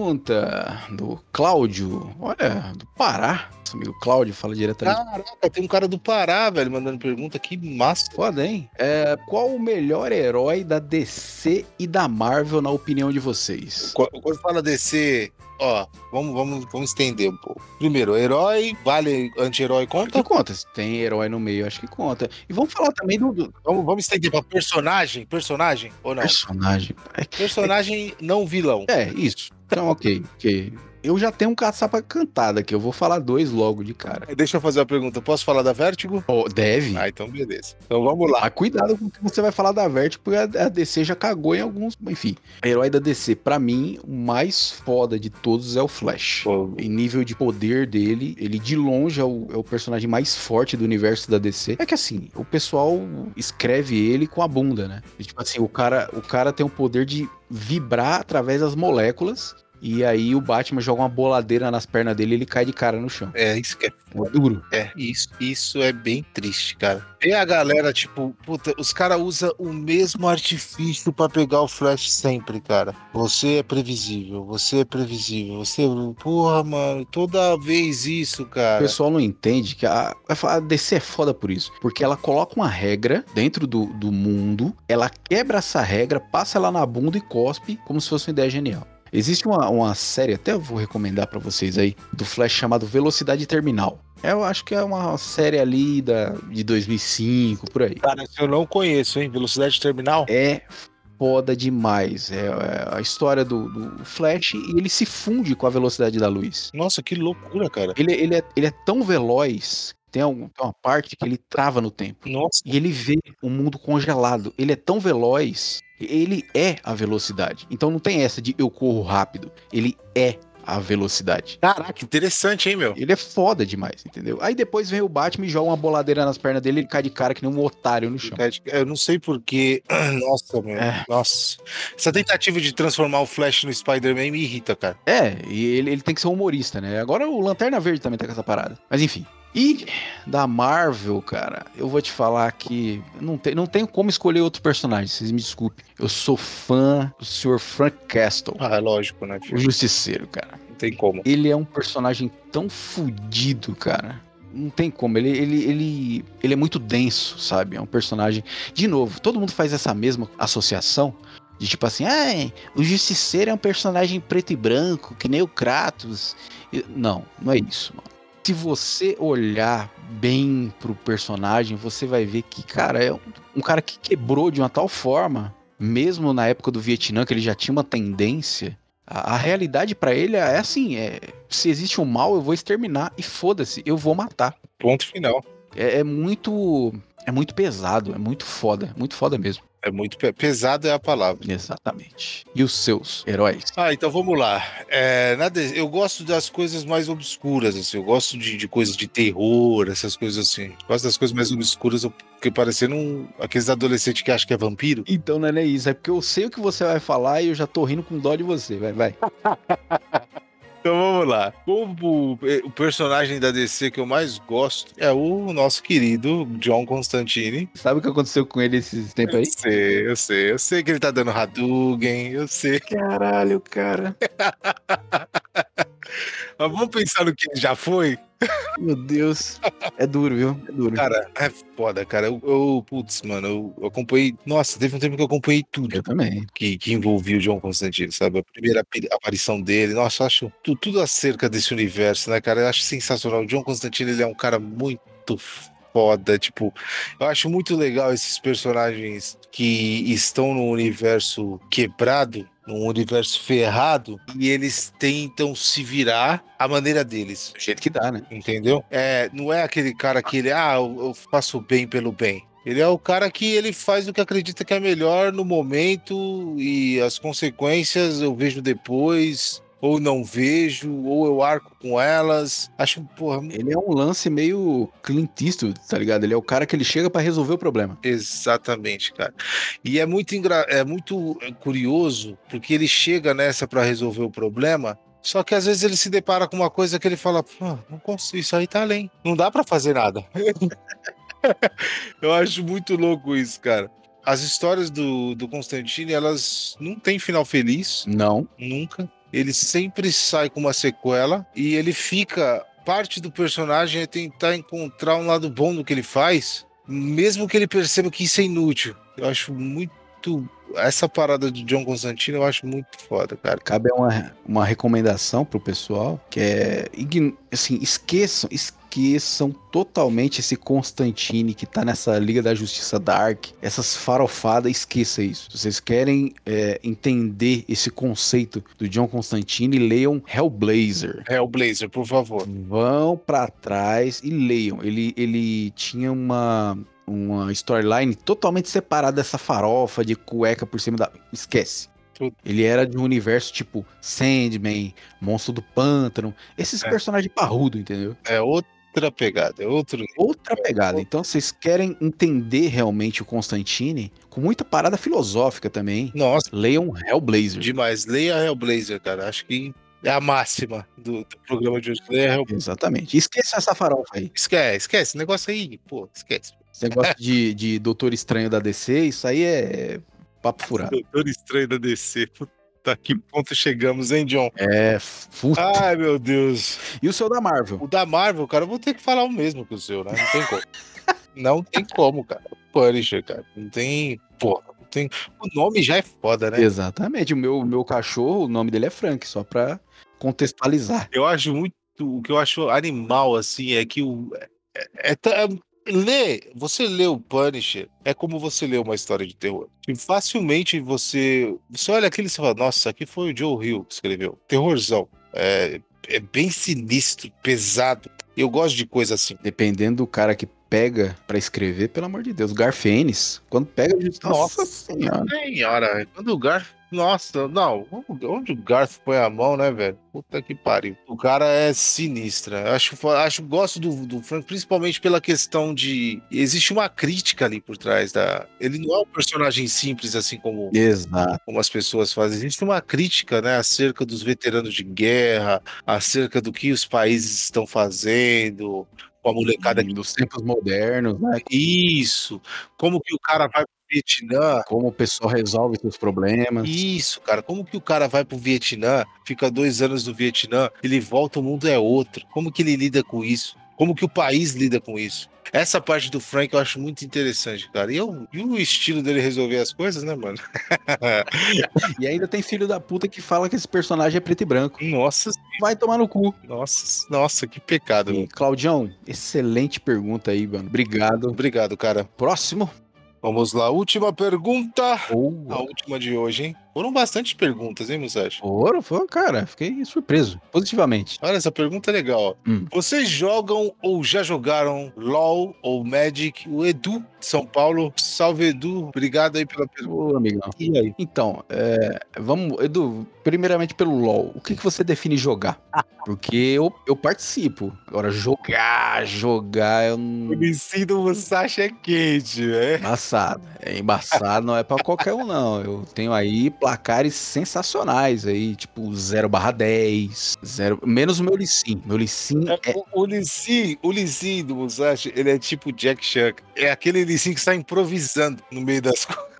Speaker 1: pergunta do Cláudio. Olha, do Pará. Nosso amigo Cláudio fala diretamente.
Speaker 2: Caraca, tem um cara do Pará, velho, mandando pergunta. Que massa.
Speaker 1: Foda, hein? É, qual o melhor herói da DC e da Marvel, na opinião de vocês?
Speaker 2: Qu- Quando fala DC, ó, vamos, vamos, vamos estender um pouco. Primeiro, herói, vale anti-herói
Speaker 1: Que
Speaker 2: conta?
Speaker 1: conta? Se tem herói no meio, acho que conta. E vamos falar também do, do
Speaker 2: Vamos, vamos estender pra personagem? Personagem ou não?
Speaker 1: personagem.
Speaker 2: Personagem não vilão.
Speaker 1: É, isso. Então, ok, ok. Eu já tenho um caçapa cantada aqui, eu vou falar dois logo de cara.
Speaker 2: Deixa eu fazer uma pergunta. Posso falar da Vertigo?
Speaker 1: Ó, deve.
Speaker 2: Ah, então beleza. Então vamos lá.
Speaker 1: Mas cuidado com o que você vai falar da Vertigo, porque a a DC já cagou em alguns. Enfim, herói da DC, pra mim, o mais foda de todos é o Flash.
Speaker 2: Pô,
Speaker 1: Em nível de poder dele, ele de longe é o, é o personagem mais forte do universo da DC. É que assim, o pessoal escreve ele com a bunda, né? E, tipo assim, o cara, o cara tem o poder de vibrar através das moléculas. E aí o Batman joga uma boladeira nas pernas dele e ele cai de cara no chão.
Speaker 2: É isso que é
Speaker 1: É duro.
Speaker 2: É, isso, isso é bem triste, cara. Tem a galera, tipo, puta, os caras usam o mesmo artifício pra pegar o Flash sempre, cara. Você é previsível, você é previsível, você. Porra, mano, toda vez isso,
Speaker 1: O
Speaker 2: cara.
Speaker 1: pessoal não entende que a, vai falar, a DC é foda por isso. Porque ela coloca uma regra dentro do, do mundo, ela quebra essa regra, passa lá na bunda e cospe como se fosse uma ideia genial. Existe uma, uma série, até eu vou recomendar pra vocês aí, do Flash chamado Velocidade Terminal. Eu acho que é uma série ali da, de 2005, por aí.
Speaker 2: Cara, se eu não conheço, hein? Velocidade terminal?
Speaker 1: É foda demais. É, é a história do, do Flash e ele se funde com a velocidade da luz.
Speaker 2: Nossa, que loucura, cara.
Speaker 1: Ele, ele, é, ele é tão veloz, tem, algum, tem uma parte que ele trava no tempo.
Speaker 2: Nossa,
Speaker 1: E ele vê o mundo congelado. Ele é tão veloz, ele é a velocidade. Então não tem essa de eu corro rápido. Ele é a velocidade.
Speaker 2: caraca, interessante, hein, meu?
Speaker 1: Ele é foda demais, entendeu? Aí depois vem o Batman e joga uma boladeira nas pernas dele, ele cai de cara que nem um otário no chão.
Speaker 2: Eu não sei porquê. Nossa, meu.
Speaker 1: É.
Speaker 2: Nossa. Essa tentativa de transformar o Flash no Spider-Man me irrita, cara.
Speaker 1: É, e ele, ele tem que ser humorista, né? Agora o Lanterna Verde também tá com essa parada. Mas enfim. E da Marvel, cara, eu vou te falar que não, tem, não tenho como escolher outro personagem, vocês me desculpem. Eu sou fã do Sr. Frank Castle,
Speaker 2: Ah, é lógico, né?
Speaker 1: o
Speaker 2: filho?
Speaker 1: Justiceiro, cara.
Speaker 2: Não tem como.
Speaker 1: Ele é um personagem tão fudido, cara. Não tem como, ele, ele, ele, ele é muito denso, sabe? É um personagem. De novo, todo mundo faz essa mesma associação de tipo assim: ah, o Justiceiro é um personagem preto e branco, que nem o Kratos. E- Não, não é isso, mano. Se você olhar bem pro personagem, você vai ver que, cara, é um, um cara que quebrou de uma tal forma, mesmo na época do Vietnã, que ele já tinha uma tendência. A, a realidade pra ele é assim: é, se existe um mal, eu vou exterminar e foda-se, eu vou matar.
Speaker 2: Ponto final.
Speaker 1: É, é muito. É muito pesado, é muito foda, muito foda mesmo.
Speaker 2: É muito pe- pesado é a palavra.
Speaker 1: Exatamente. E os seus heróis?
Speaker 2: Ah, então vamos lá. É, na de- Eu gosto das coisas mais obscuras, assim. Eu gosto de, de coisas de terror, essas coisas assim. Gosto das coisas mais obscuras. Eu Fiquei parecendo um, aqueles adolescentes que acham que é vampiro.
Speaker 1: Então não é nem isso, é porque eu sei o que você vai falar e eu já tô rindo com dó de você, vai, vai.
Speaker 2: Então vamos lá. Como o personagem da DC que eu mais gosto é o nosso querido John Constantine.
Speaker 1: Sabe o que aconteceu com ele esses tempos aí?
Speaker 2: Eu sei, eu sei. Eu sei que ele tá dando Hadouken, eu sei.
Speaker 1: Caralho, cara.
Speaker 2: Mas vamos pensar no que ele já foi?
Speaker 1: Meu Deus. É duro, viu? É duro.
Speaker 2: Cara, é foda, cara. Eu, eu putz, mano, eu, eu acompanhei. Nossa, teve um tempo que eu acompanhei tudo.
Speaker 1: Eu também.
Speaker 2: Que, que envolvia o John Constantino, sabe? A primeira aparição dele. Nossa, eu acho tudo, tudo acerca desse universo, né, cara? Eu acho sensacional. O John Constantino, ele é um cara muito foda. Tipo, eu acho muito legal esses personagens que estão no universo quebrado num universo ferrado e eles tentam se virar a maneira deles.
Speaker 1: Do jeito que dá, né?
Speaker 2: Entendeu? É, não é aquele cara que ele, ah, eu, eu faço o bem pelo bem. Ele é o cara que ele faz o que acredita que é melhor no momento e as consequências eu vejo depois ou não vejo, ou eu arco com elas. Acho, porra.
Speaker 1: Ele é um lance meio Clint Eastwood, tá ligado? Ele é o cara que ele chega para resolver o problema.
Speaker 2: Exatamente, cara. E é muito, ingra... é muito curioso, porque ele chega nessa para resolver o problema. Só que às vezes ele se depara com uma coisa que ele fala, Pô, não consigo, isso aí tá além. Não dá para fazer nada. eu acho muito louco isso, cara as histórias do, do Constantine, elas não têm final feliz.
Speaker 1: Não.
Speaker 2: Nunca. Ele sempre sai com uma sequela e ele fica. Parte do personagem é tentar encontrar um lado bom do que ele faz, mesmo que ele perceba que isso é inútil. Eu acho muito. Essa parada do John Constantine eu acho muito foda, cara.
Speaker 1: Cabe uma, uma recomendação pro pessoal, que é. Assim, esqueçam, esqueçam esqueçam totalmente esse Constantine que tá nessa Liga da Justiça Dark, essas farofadas, esqueça isso. Se vocês querem é, entender esse conceito do John Constantine, leiam Hellblazer.
Speaker 2: Hellblazer, por favor.
Speaker 1: Vão para trás e leiam. Ele, ele tinha uma uma storyline totalmente separada dessa farofa de cueca por cima da... Esquece. Ele era de um universo tipo Sandman, Monstro do Pântano, esses é. personagens parrudo, entendeu?
Speaker 2: É outra pegada, é outro.
Speaker 1: Outra pegada. É. Então, vocês querem entender realmente o Constantine com muita parada filosófica também.
Speaker 2: Nossa.
Speaker 1: Leiam Hellblazer.
Speaker 2: Demais. Leia Hellblazer, cara. Acho que é a máxima do, do programa de hoje. Leia Hellblazer.
Speaker 1: Exatamente. Esqueça essa farofa aí.
Speaker 2: Esquece, esquece. Esse negócio aí, pô, esquece.
Speaker 1: Esse negócio de, de Doutor Estranho da DC, isso aí é papo furado.
Speaker 2: Doutor Estranho da DC, puta que ponto chegamos, hein, John?
Speaker 1: É,
Speaker 2: puta. Ai, meu Deus.
Speaker 1: E o seu da Marvel?
Speaker 2: O da Marvel, cara, eu vou ter que falar o mesmo que o seu, né? Não tem como. não tem como, cara. Punisher, cara. Não tem. Porra. Não tem... O nome já é foda, né?
Speaker 1: Exatamente. O meu, meu cachorro, o nome dele é Frank, só pra contextualizar.
Speaker 2: Eu acho muito. O que eu acho animal, assim, é que o. é, é, é ler, você lê o Punisher, é como você lê uma história de terror. E facilmente você, você olha aquilo e você fala, nossa, aqui foi o Joe Hill que escreveu. Terrorzão. É, é bem sinistro, pesado. Eu gosto de coisa assim.
Speaker 1: Dependendo do cara que pega para escrever, pelo amor de Deus. Garfênis, quando pega,
Speaker 2: nossa, nossa senhora. senhora. Quando o Garf nossa, não. Onde o Garth põe a mão, né, velho? Puta que pariu. O cara é sinistra. Acho, acho gosto do, do Frank, principalmente pela questão de. Existe uma crítica ali por trás da. Ele não é um personagem simples, assim como,
Speaker 1: Exato.
Speaker 2: como as pessoas fazem. Existe uma crítica, né, acerca dos veteranos de guerra, acerca do que os países estão fazendo. Com a molecada
Speaker 1: Sim, dos tempos modernos, né?
Speaker 2: Isso. Como que o cara vai Vietnã.
Speaker 1: Como o pessoal resolve seus problemas.
Speaker 2: Isso, cara. Como que o cara vai pro Vietnã, fica dois anos no Vietnã, ele volta, o mundo é outro. Como que ele lida com isso? Como que o país lida com isso? Essa parte do Frank eu acho muito interessante, cara. E, eu, e o estilo dele resolver as coisas, né, mano?
Speaker 1: e ainda tem filho da puta que fala que esse personagem é preto e branco.
Speaker 2: Nossa.
Speaker 1: Vai tomar no cu.
Speaker 2: Nossa, nossa, que pecado.
Speaker 1: E, Claudião, excelente pergunta aí, mano. Obrigado.
Speaker 2: Obrigado, cara.
Speaker 1: Próximo.
Speaker 2: Vamos lá, última pergunta. Boa. A última de hoje, hein? Foram bastante perguntas, hein, Musashi?
Speaker 1: Ouro, foi, cara, fiquei surpreso, positivamente.
Speaker 2: Olha, essa pergunta é legal. ó.
Speaker 1: Hum.
Speaker 2: Vocês jogam ou já jogaram LOL ou Magic? O Edu de São Paulo. Salve, Edu. Obrigado aí pela pergunta.
Speaker 1: Ô, amigão.
Speaker 2: E aí?
Speaker 1: Então, é, vamos, Edu, primeiramente pelo LoL, o que, que você define jogar? Porque eu, eu participo. Agora, jogar, jogar, é um eu
Speaker 2: O
Speaker 1: não...
Speaker 2: MC do Musashi é quente, né?
Speaker 1: Embaçado. É embaçado, não é pra qualquer um, não. Eu tenho aí placares sensacionais aí, tipo 0 barra 10, 0... menos o meu Lissim. Meu Lissim é...
Speaker 2: O, o Lissi, o Lissi do Musashi, ele é tipo Jack Chuck. É aquele Lissi que está improvisando no meio das coisas.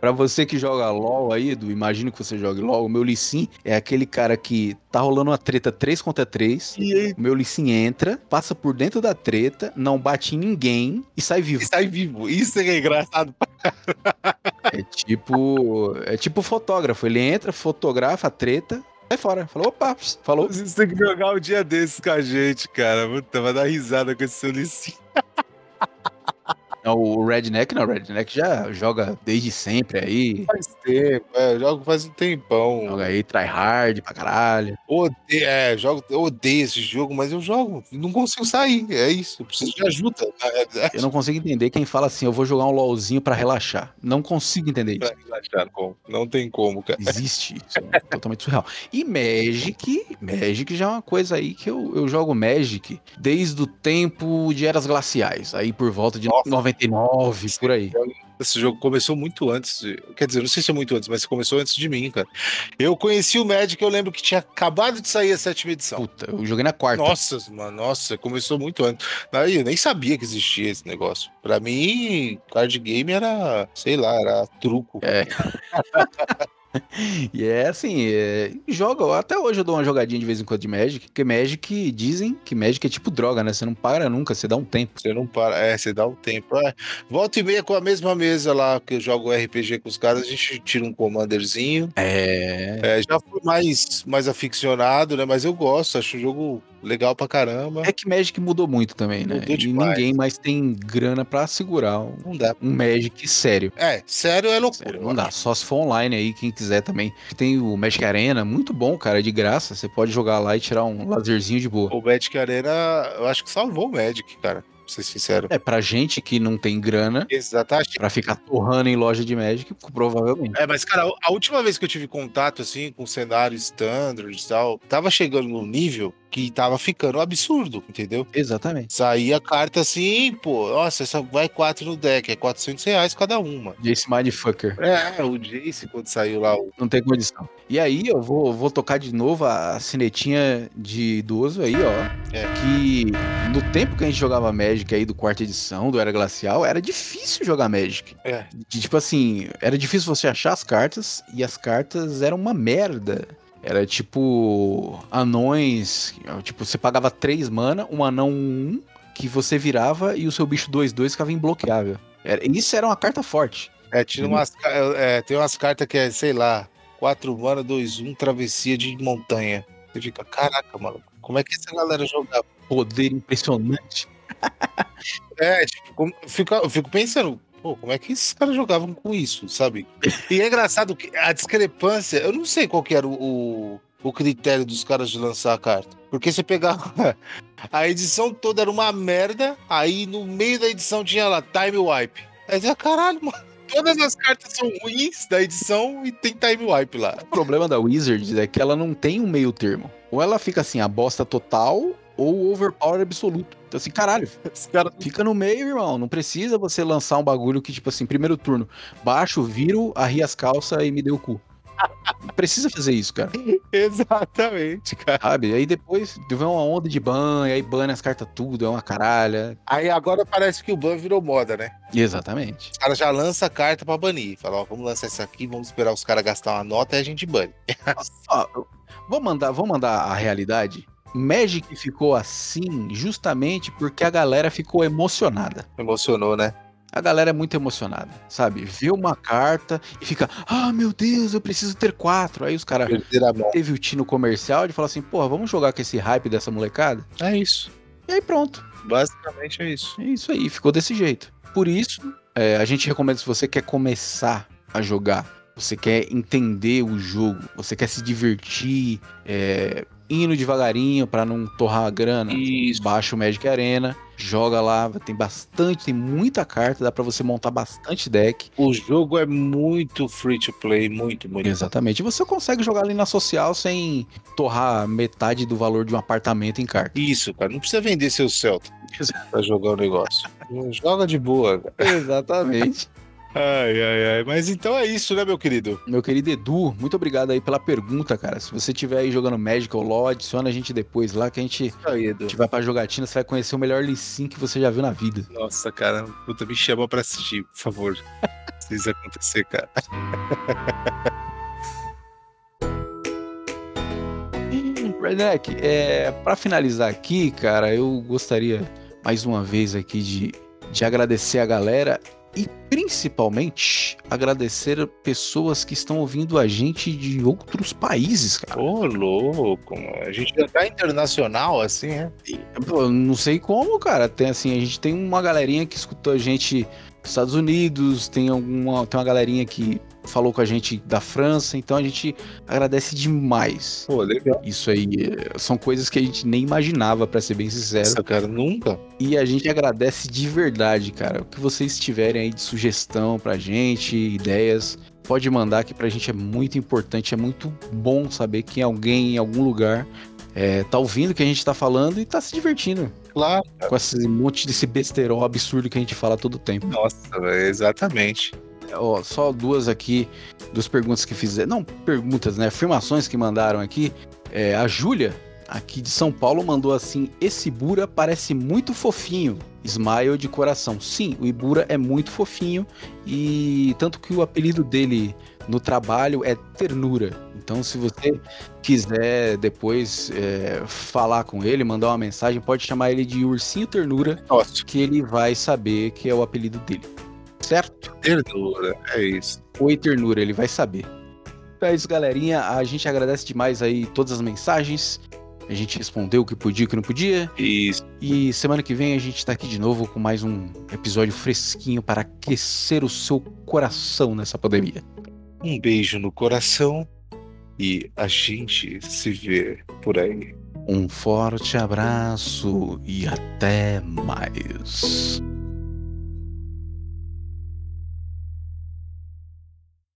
Speaker 1: Pra você que joga LOL aí, Edu, imagino que você jogue LOL, o meu Lissim é aquele cara que tá rolando uma treta 3 contra 3,
Speaker 2: E aí
Speaker 1: O meu Lissin entra, passa por dentro da treta, não bate em ninguém e sai vivo.
Speaker 2: sai vivo. Isso é que é engraçado.
Speaker 1: É tipo. É tipo fotógrafo. Ele entra, fotografa a treta, sai fora. Falou, opa, ps, falou.
Speaker 2: Vocês têm que jogar um dia desses com a gente, cara. Puta, vai dar risada com esse seu Lissi.
Speaker 1: Não, o Redneck não, o Redneck já joga desde sempre aí.
Speaker 2: Faz tempo, é, eu jogo faz um tempão.
Speaker 1: Joga aí, try hard pra caralho.
Speaker 2: Odeio, é, jogo, eu odeio esse jogo, mas eu jogo. Não consigo sair, é isso. Eu preciso de ajuda. na realidade.
Speaker 1: Eu não consigo entender quem fala assim, eu vou jogar um LOLzinho pra relaxar. Não consigo entender isso.
Speaker 2: Pra relaxar, não, não tem como, cara.
Speaker 1: Existe isso, é totalmente surreal. E Magic, Magic já é uma coisa aí que eu, eu jogo Magic desde o tempo de eras glaciais, aí por volta de
Speaker 2: Nossa.
Speaker 1: 99, por aí.
Speaker 2: Esse jogo começou muito antes. de- Quer dizer, não sei se é muito antes, mas começou antes de mim, cara. Eu conheci o Magic, eu lembro que tinha acabado de sair a sétima edição.
Speaker 1: Puta, então. eu joguei na quarta.
Speaker 2: Então. Nossa, mano, nossa, começou muito antes. Aí eu nem sabia que existia esse negócio. Pra mim, card game era, sei lá, era truco.
Speaker 1: É. E é assim, é, joga, até hoje eu dou uma jogadinha de vez em quando de Magic, porque Magic, dizem que Magic é tipo droga, né? Você não para nunca, você dá um tempo.
Speaker 2: Você não para, é, você dá o tempo. É. Volta e meia com a mesma mesa lá, que eu jogo RPG com os caras, a gente tira um commanderzinho.
Speaker 1: É,
Speaker 2: É, já fui mais, mais aficionado, né? Mas eu gosto, acho o jogo legal pra caramba.
Speaker 1: é que Magic mudou muito também, né?
Speaker 2: Mudou
Speaker 1: E
Speaker 2: demais.
Speaker 1: ninguém mais tem grana pra segurar um
Speaker 2: Não dá.
Speaker 1: um Magic sério.
Speaker 2: É, sério é loucura.
Speaker 1: Sério,
Speaker 2: eu
Speaker 1: não dá. Só se for online aí, quem quiser também. Tem o Magic Arena, muito bom, cara, de graça. Você pode jogar lá e tirar um laserzinho de boa.
Speaker 2: O Magic Arena, eu acho que salvou o Magic, cara, pra ser sincero.
Speaker 1: É, pra gente que não tem grana,
Speaker 2: Exatamente.
Speaker 1: pra ficar torrando em loja de Magic, provavelmente.
Speaker 2: É, mas, cara, a última vez que eu tive contato, assim, com o cenário standard e tal, tava chegando num nível que tava ficando absurdo, entendeu?
Speaker 1: Exatamente.
Speaker 2: Saía carta assim, pô, nossa, essa vai quatro no deck, é 400 reais cada uma.
Speaker 1: Jace Mindfucker.
Speaker 2: É, o Jace, quando saiu lá, o...
Speaker 1: Não tem condição. E aí, eu vou, vou tocar de novo a sinetinha de idoso aí, ó.
Speaker 2: É.
Speaker 1: Que no tempo que a gente jogava Magic aí do quarta edição, do Era Glacial, era difícil jogar Magic.
Speaker 2: É.
Speaker 1: de, tipo assim, era difícil você achar as cartas e as cartas eram uma merda. Era tipo anões, tipo você pagava 3 mana, um anão 1 um, que você virava e o seu bicho 2/2 ficava imbloqueável. Era- isso era uma carta forte.
Speaker 2: É, tinha umas, ca- é, tem umas cartas que é, sei lá, 4 mana, 2, 1, travessia de montanha. Você fica, caraca, mano, como é que essa galera jogava?
Speaker 1: Poder impressionante.
Speaker 2: É, tipo, como- fica- eu fico pensando, pô, como é que esses caras jogavam com isso, sabe? E é engraçado que a discrepância, eu não sei qual que era o, o, o critério dos caras de lançar a carta. Porque você pegava. A edição toda era uma merda, aí no meio da edição tinha lá time wipe. Aí você, caralho, mano. Todas as cartas são ruins da edição e tem time wipe lá.
Speaker 1: O problema da Wizards é que ela não tem um meio termo. Ou ela fica assim, a bosta total ou overpower absoluto. Então assim, caralho,
Speaker 2: Os caras
Speaker 1: Fica no meio, irmão. Não precisa você lançar um bagulho que, tipo assim, primeiro turno, baixo, viro, arria as calças e me deu o cu. Não precisa fazer isso, cara.
Speaker 2: Exatamente, cara.
Speaker 1: Sabe? Aí depois vem uma onda de ban, e aí bana as cartas tudo, é uma caralha.
Speaker 2: Aí agora parece que o ban virou moda, né?
Speaker 1: Exatamente.
Speaker 2: Os caras já lançam a carta pra banir. Fala, ó, vamos lançar essa aqui, vamos esperar os caras gastar uma nota e a gente bane.
Speaker 1: Ó, eu vou mandar, vou mandar a realidade. Magic ficou assim justamente porque a galera ficou emocionada.
Speaker 2: Emocionou, né?
Speaker 1: A galera é muito emocionada, sabe? Vê uma carta e fica, ah, meu Deus, eu preciso ter quatro. Aí os caras
Speaker 2: Perder a mão.
Speaker 1: teve o tino comercial de falar assim, porra, vamos jogar com esse hype dessa molecada?
Speaker 2: É isso.
Speaker 1: E aí pronto,
Speaker 2: Basicamente é isso.
Speaker 1: é isso aí, ficou desse jeito. Por isso, é, a gente recomenda se você quer começar a jogar você quer entender o jogo, você quer se divertir, é, indo devagarinho para não torrar a grana,
Speaker 3: Isso.
Speaker 1: baixa o Magic Arena, joga lá, tem bastante, tem muita carta, dá para você montar bastante deck.
Speaker 3: O jogo é muito free to play, muito, muito.
Speaker 1: Exatamente. E você consegue jogar ali na social sem torrar metade do valor de um apartamento em carta.
Speaker 3: Isso, cara. Não precisa vender seu Celta pra jogar o negócio. Joga de boa, cara.
Speaker 1: Exatamente.
Speaker 2: Ai, ai, ai. Mas então é isso, né, meu querido?
Speaker 1: Meu querido Edu, muito obrigado aí pela pergunta, cara. Se você tiver aí jogando Magic ou LoL, adiciona a gente depois lá que a gente, a gente vai pra jogatina, você vai conhecer o melhor Lissin que você já viu na vida.
Speaker 2: Nossa, cara, puta, me chama pra assistir, por favor. Se isso acontecer, cara.
Speaker 1: Redneck, é, para finalizar aqui, cara, eu gostaria mais uma vez aqui de, de agradecer a galera e principalmente agradecer pessoas que estão ouvindo a gente de outros países, cara.
Speaker 3: Ô, louco, mano. A gente já tá internacional assim,
Speaker 2: é?
Speaker 3: né?
Speaker 1: Pô, eu não sei como, cara. Tem assim, a gente tem uma galerinha que escutou a gente dos Estados Unidos, tem alguma, tem uma galerinha que falou com a gente da França, então a gente agradece demais.
Speaker 2: Pô, legal.
Speaker 1: Isso aí é, são coisas que a gente nem imaginava, pra ser bem sincero.
Speaker 3: Essa, cara, nunca.
Speaker 1: E a gente agradece de verdade, cara. O que vocês tiverem aí de sugestão pra gente, ideias, pode mandar que pra gente é muito importante, é muito bom saber que alguém em algum lugar é, tá ouvindo o que a gente tá falando e tá se divertindo
Speaker 3: Claro.
Speaker 1: com esse monte desse besterol absurdo que a gente fala todo tempo.
Speaker 2: Nossa, velho, exatamente.
Speaker 1: Ó, só duas aqui, duas perguntas que fizeram. Não perguntas, né? Afirmações que mandaram aqui. É, a Júlia, aqui de São Paulo, mandou assim: Esse Ibura parece muito fofinho. Smile de coração. Sim, o Ibura é muito fofinho. E tanto que o apelido dele no trabalho é Ternura. Então, se você quiser depois é, falar com ele, mandar uma mensagem, pode chamar ele de Ursinho Ternura,
Speaker 2: Nossa,
Speaker 1: que ele vai saber que é o apelido dele. Certo?
Speaker 2: ternura, é isso.
Speaker 1: Oi, ternura, ele vai saber. Então é isso, galerinha. A gente agradece demais aí todas as mensagens. A gente respondeu o que podia e o que não podia.
Speaker 2: Isso.
Speaker 1: E semana que vem a gente tá aqui de novo com mais um episódio fresquinho para aquecer o seu coração nessa pandemia.
Speaker 2: Um beijo no coração e a gente se vê por aí.
Speaker 1: Um forte abraço e até mais.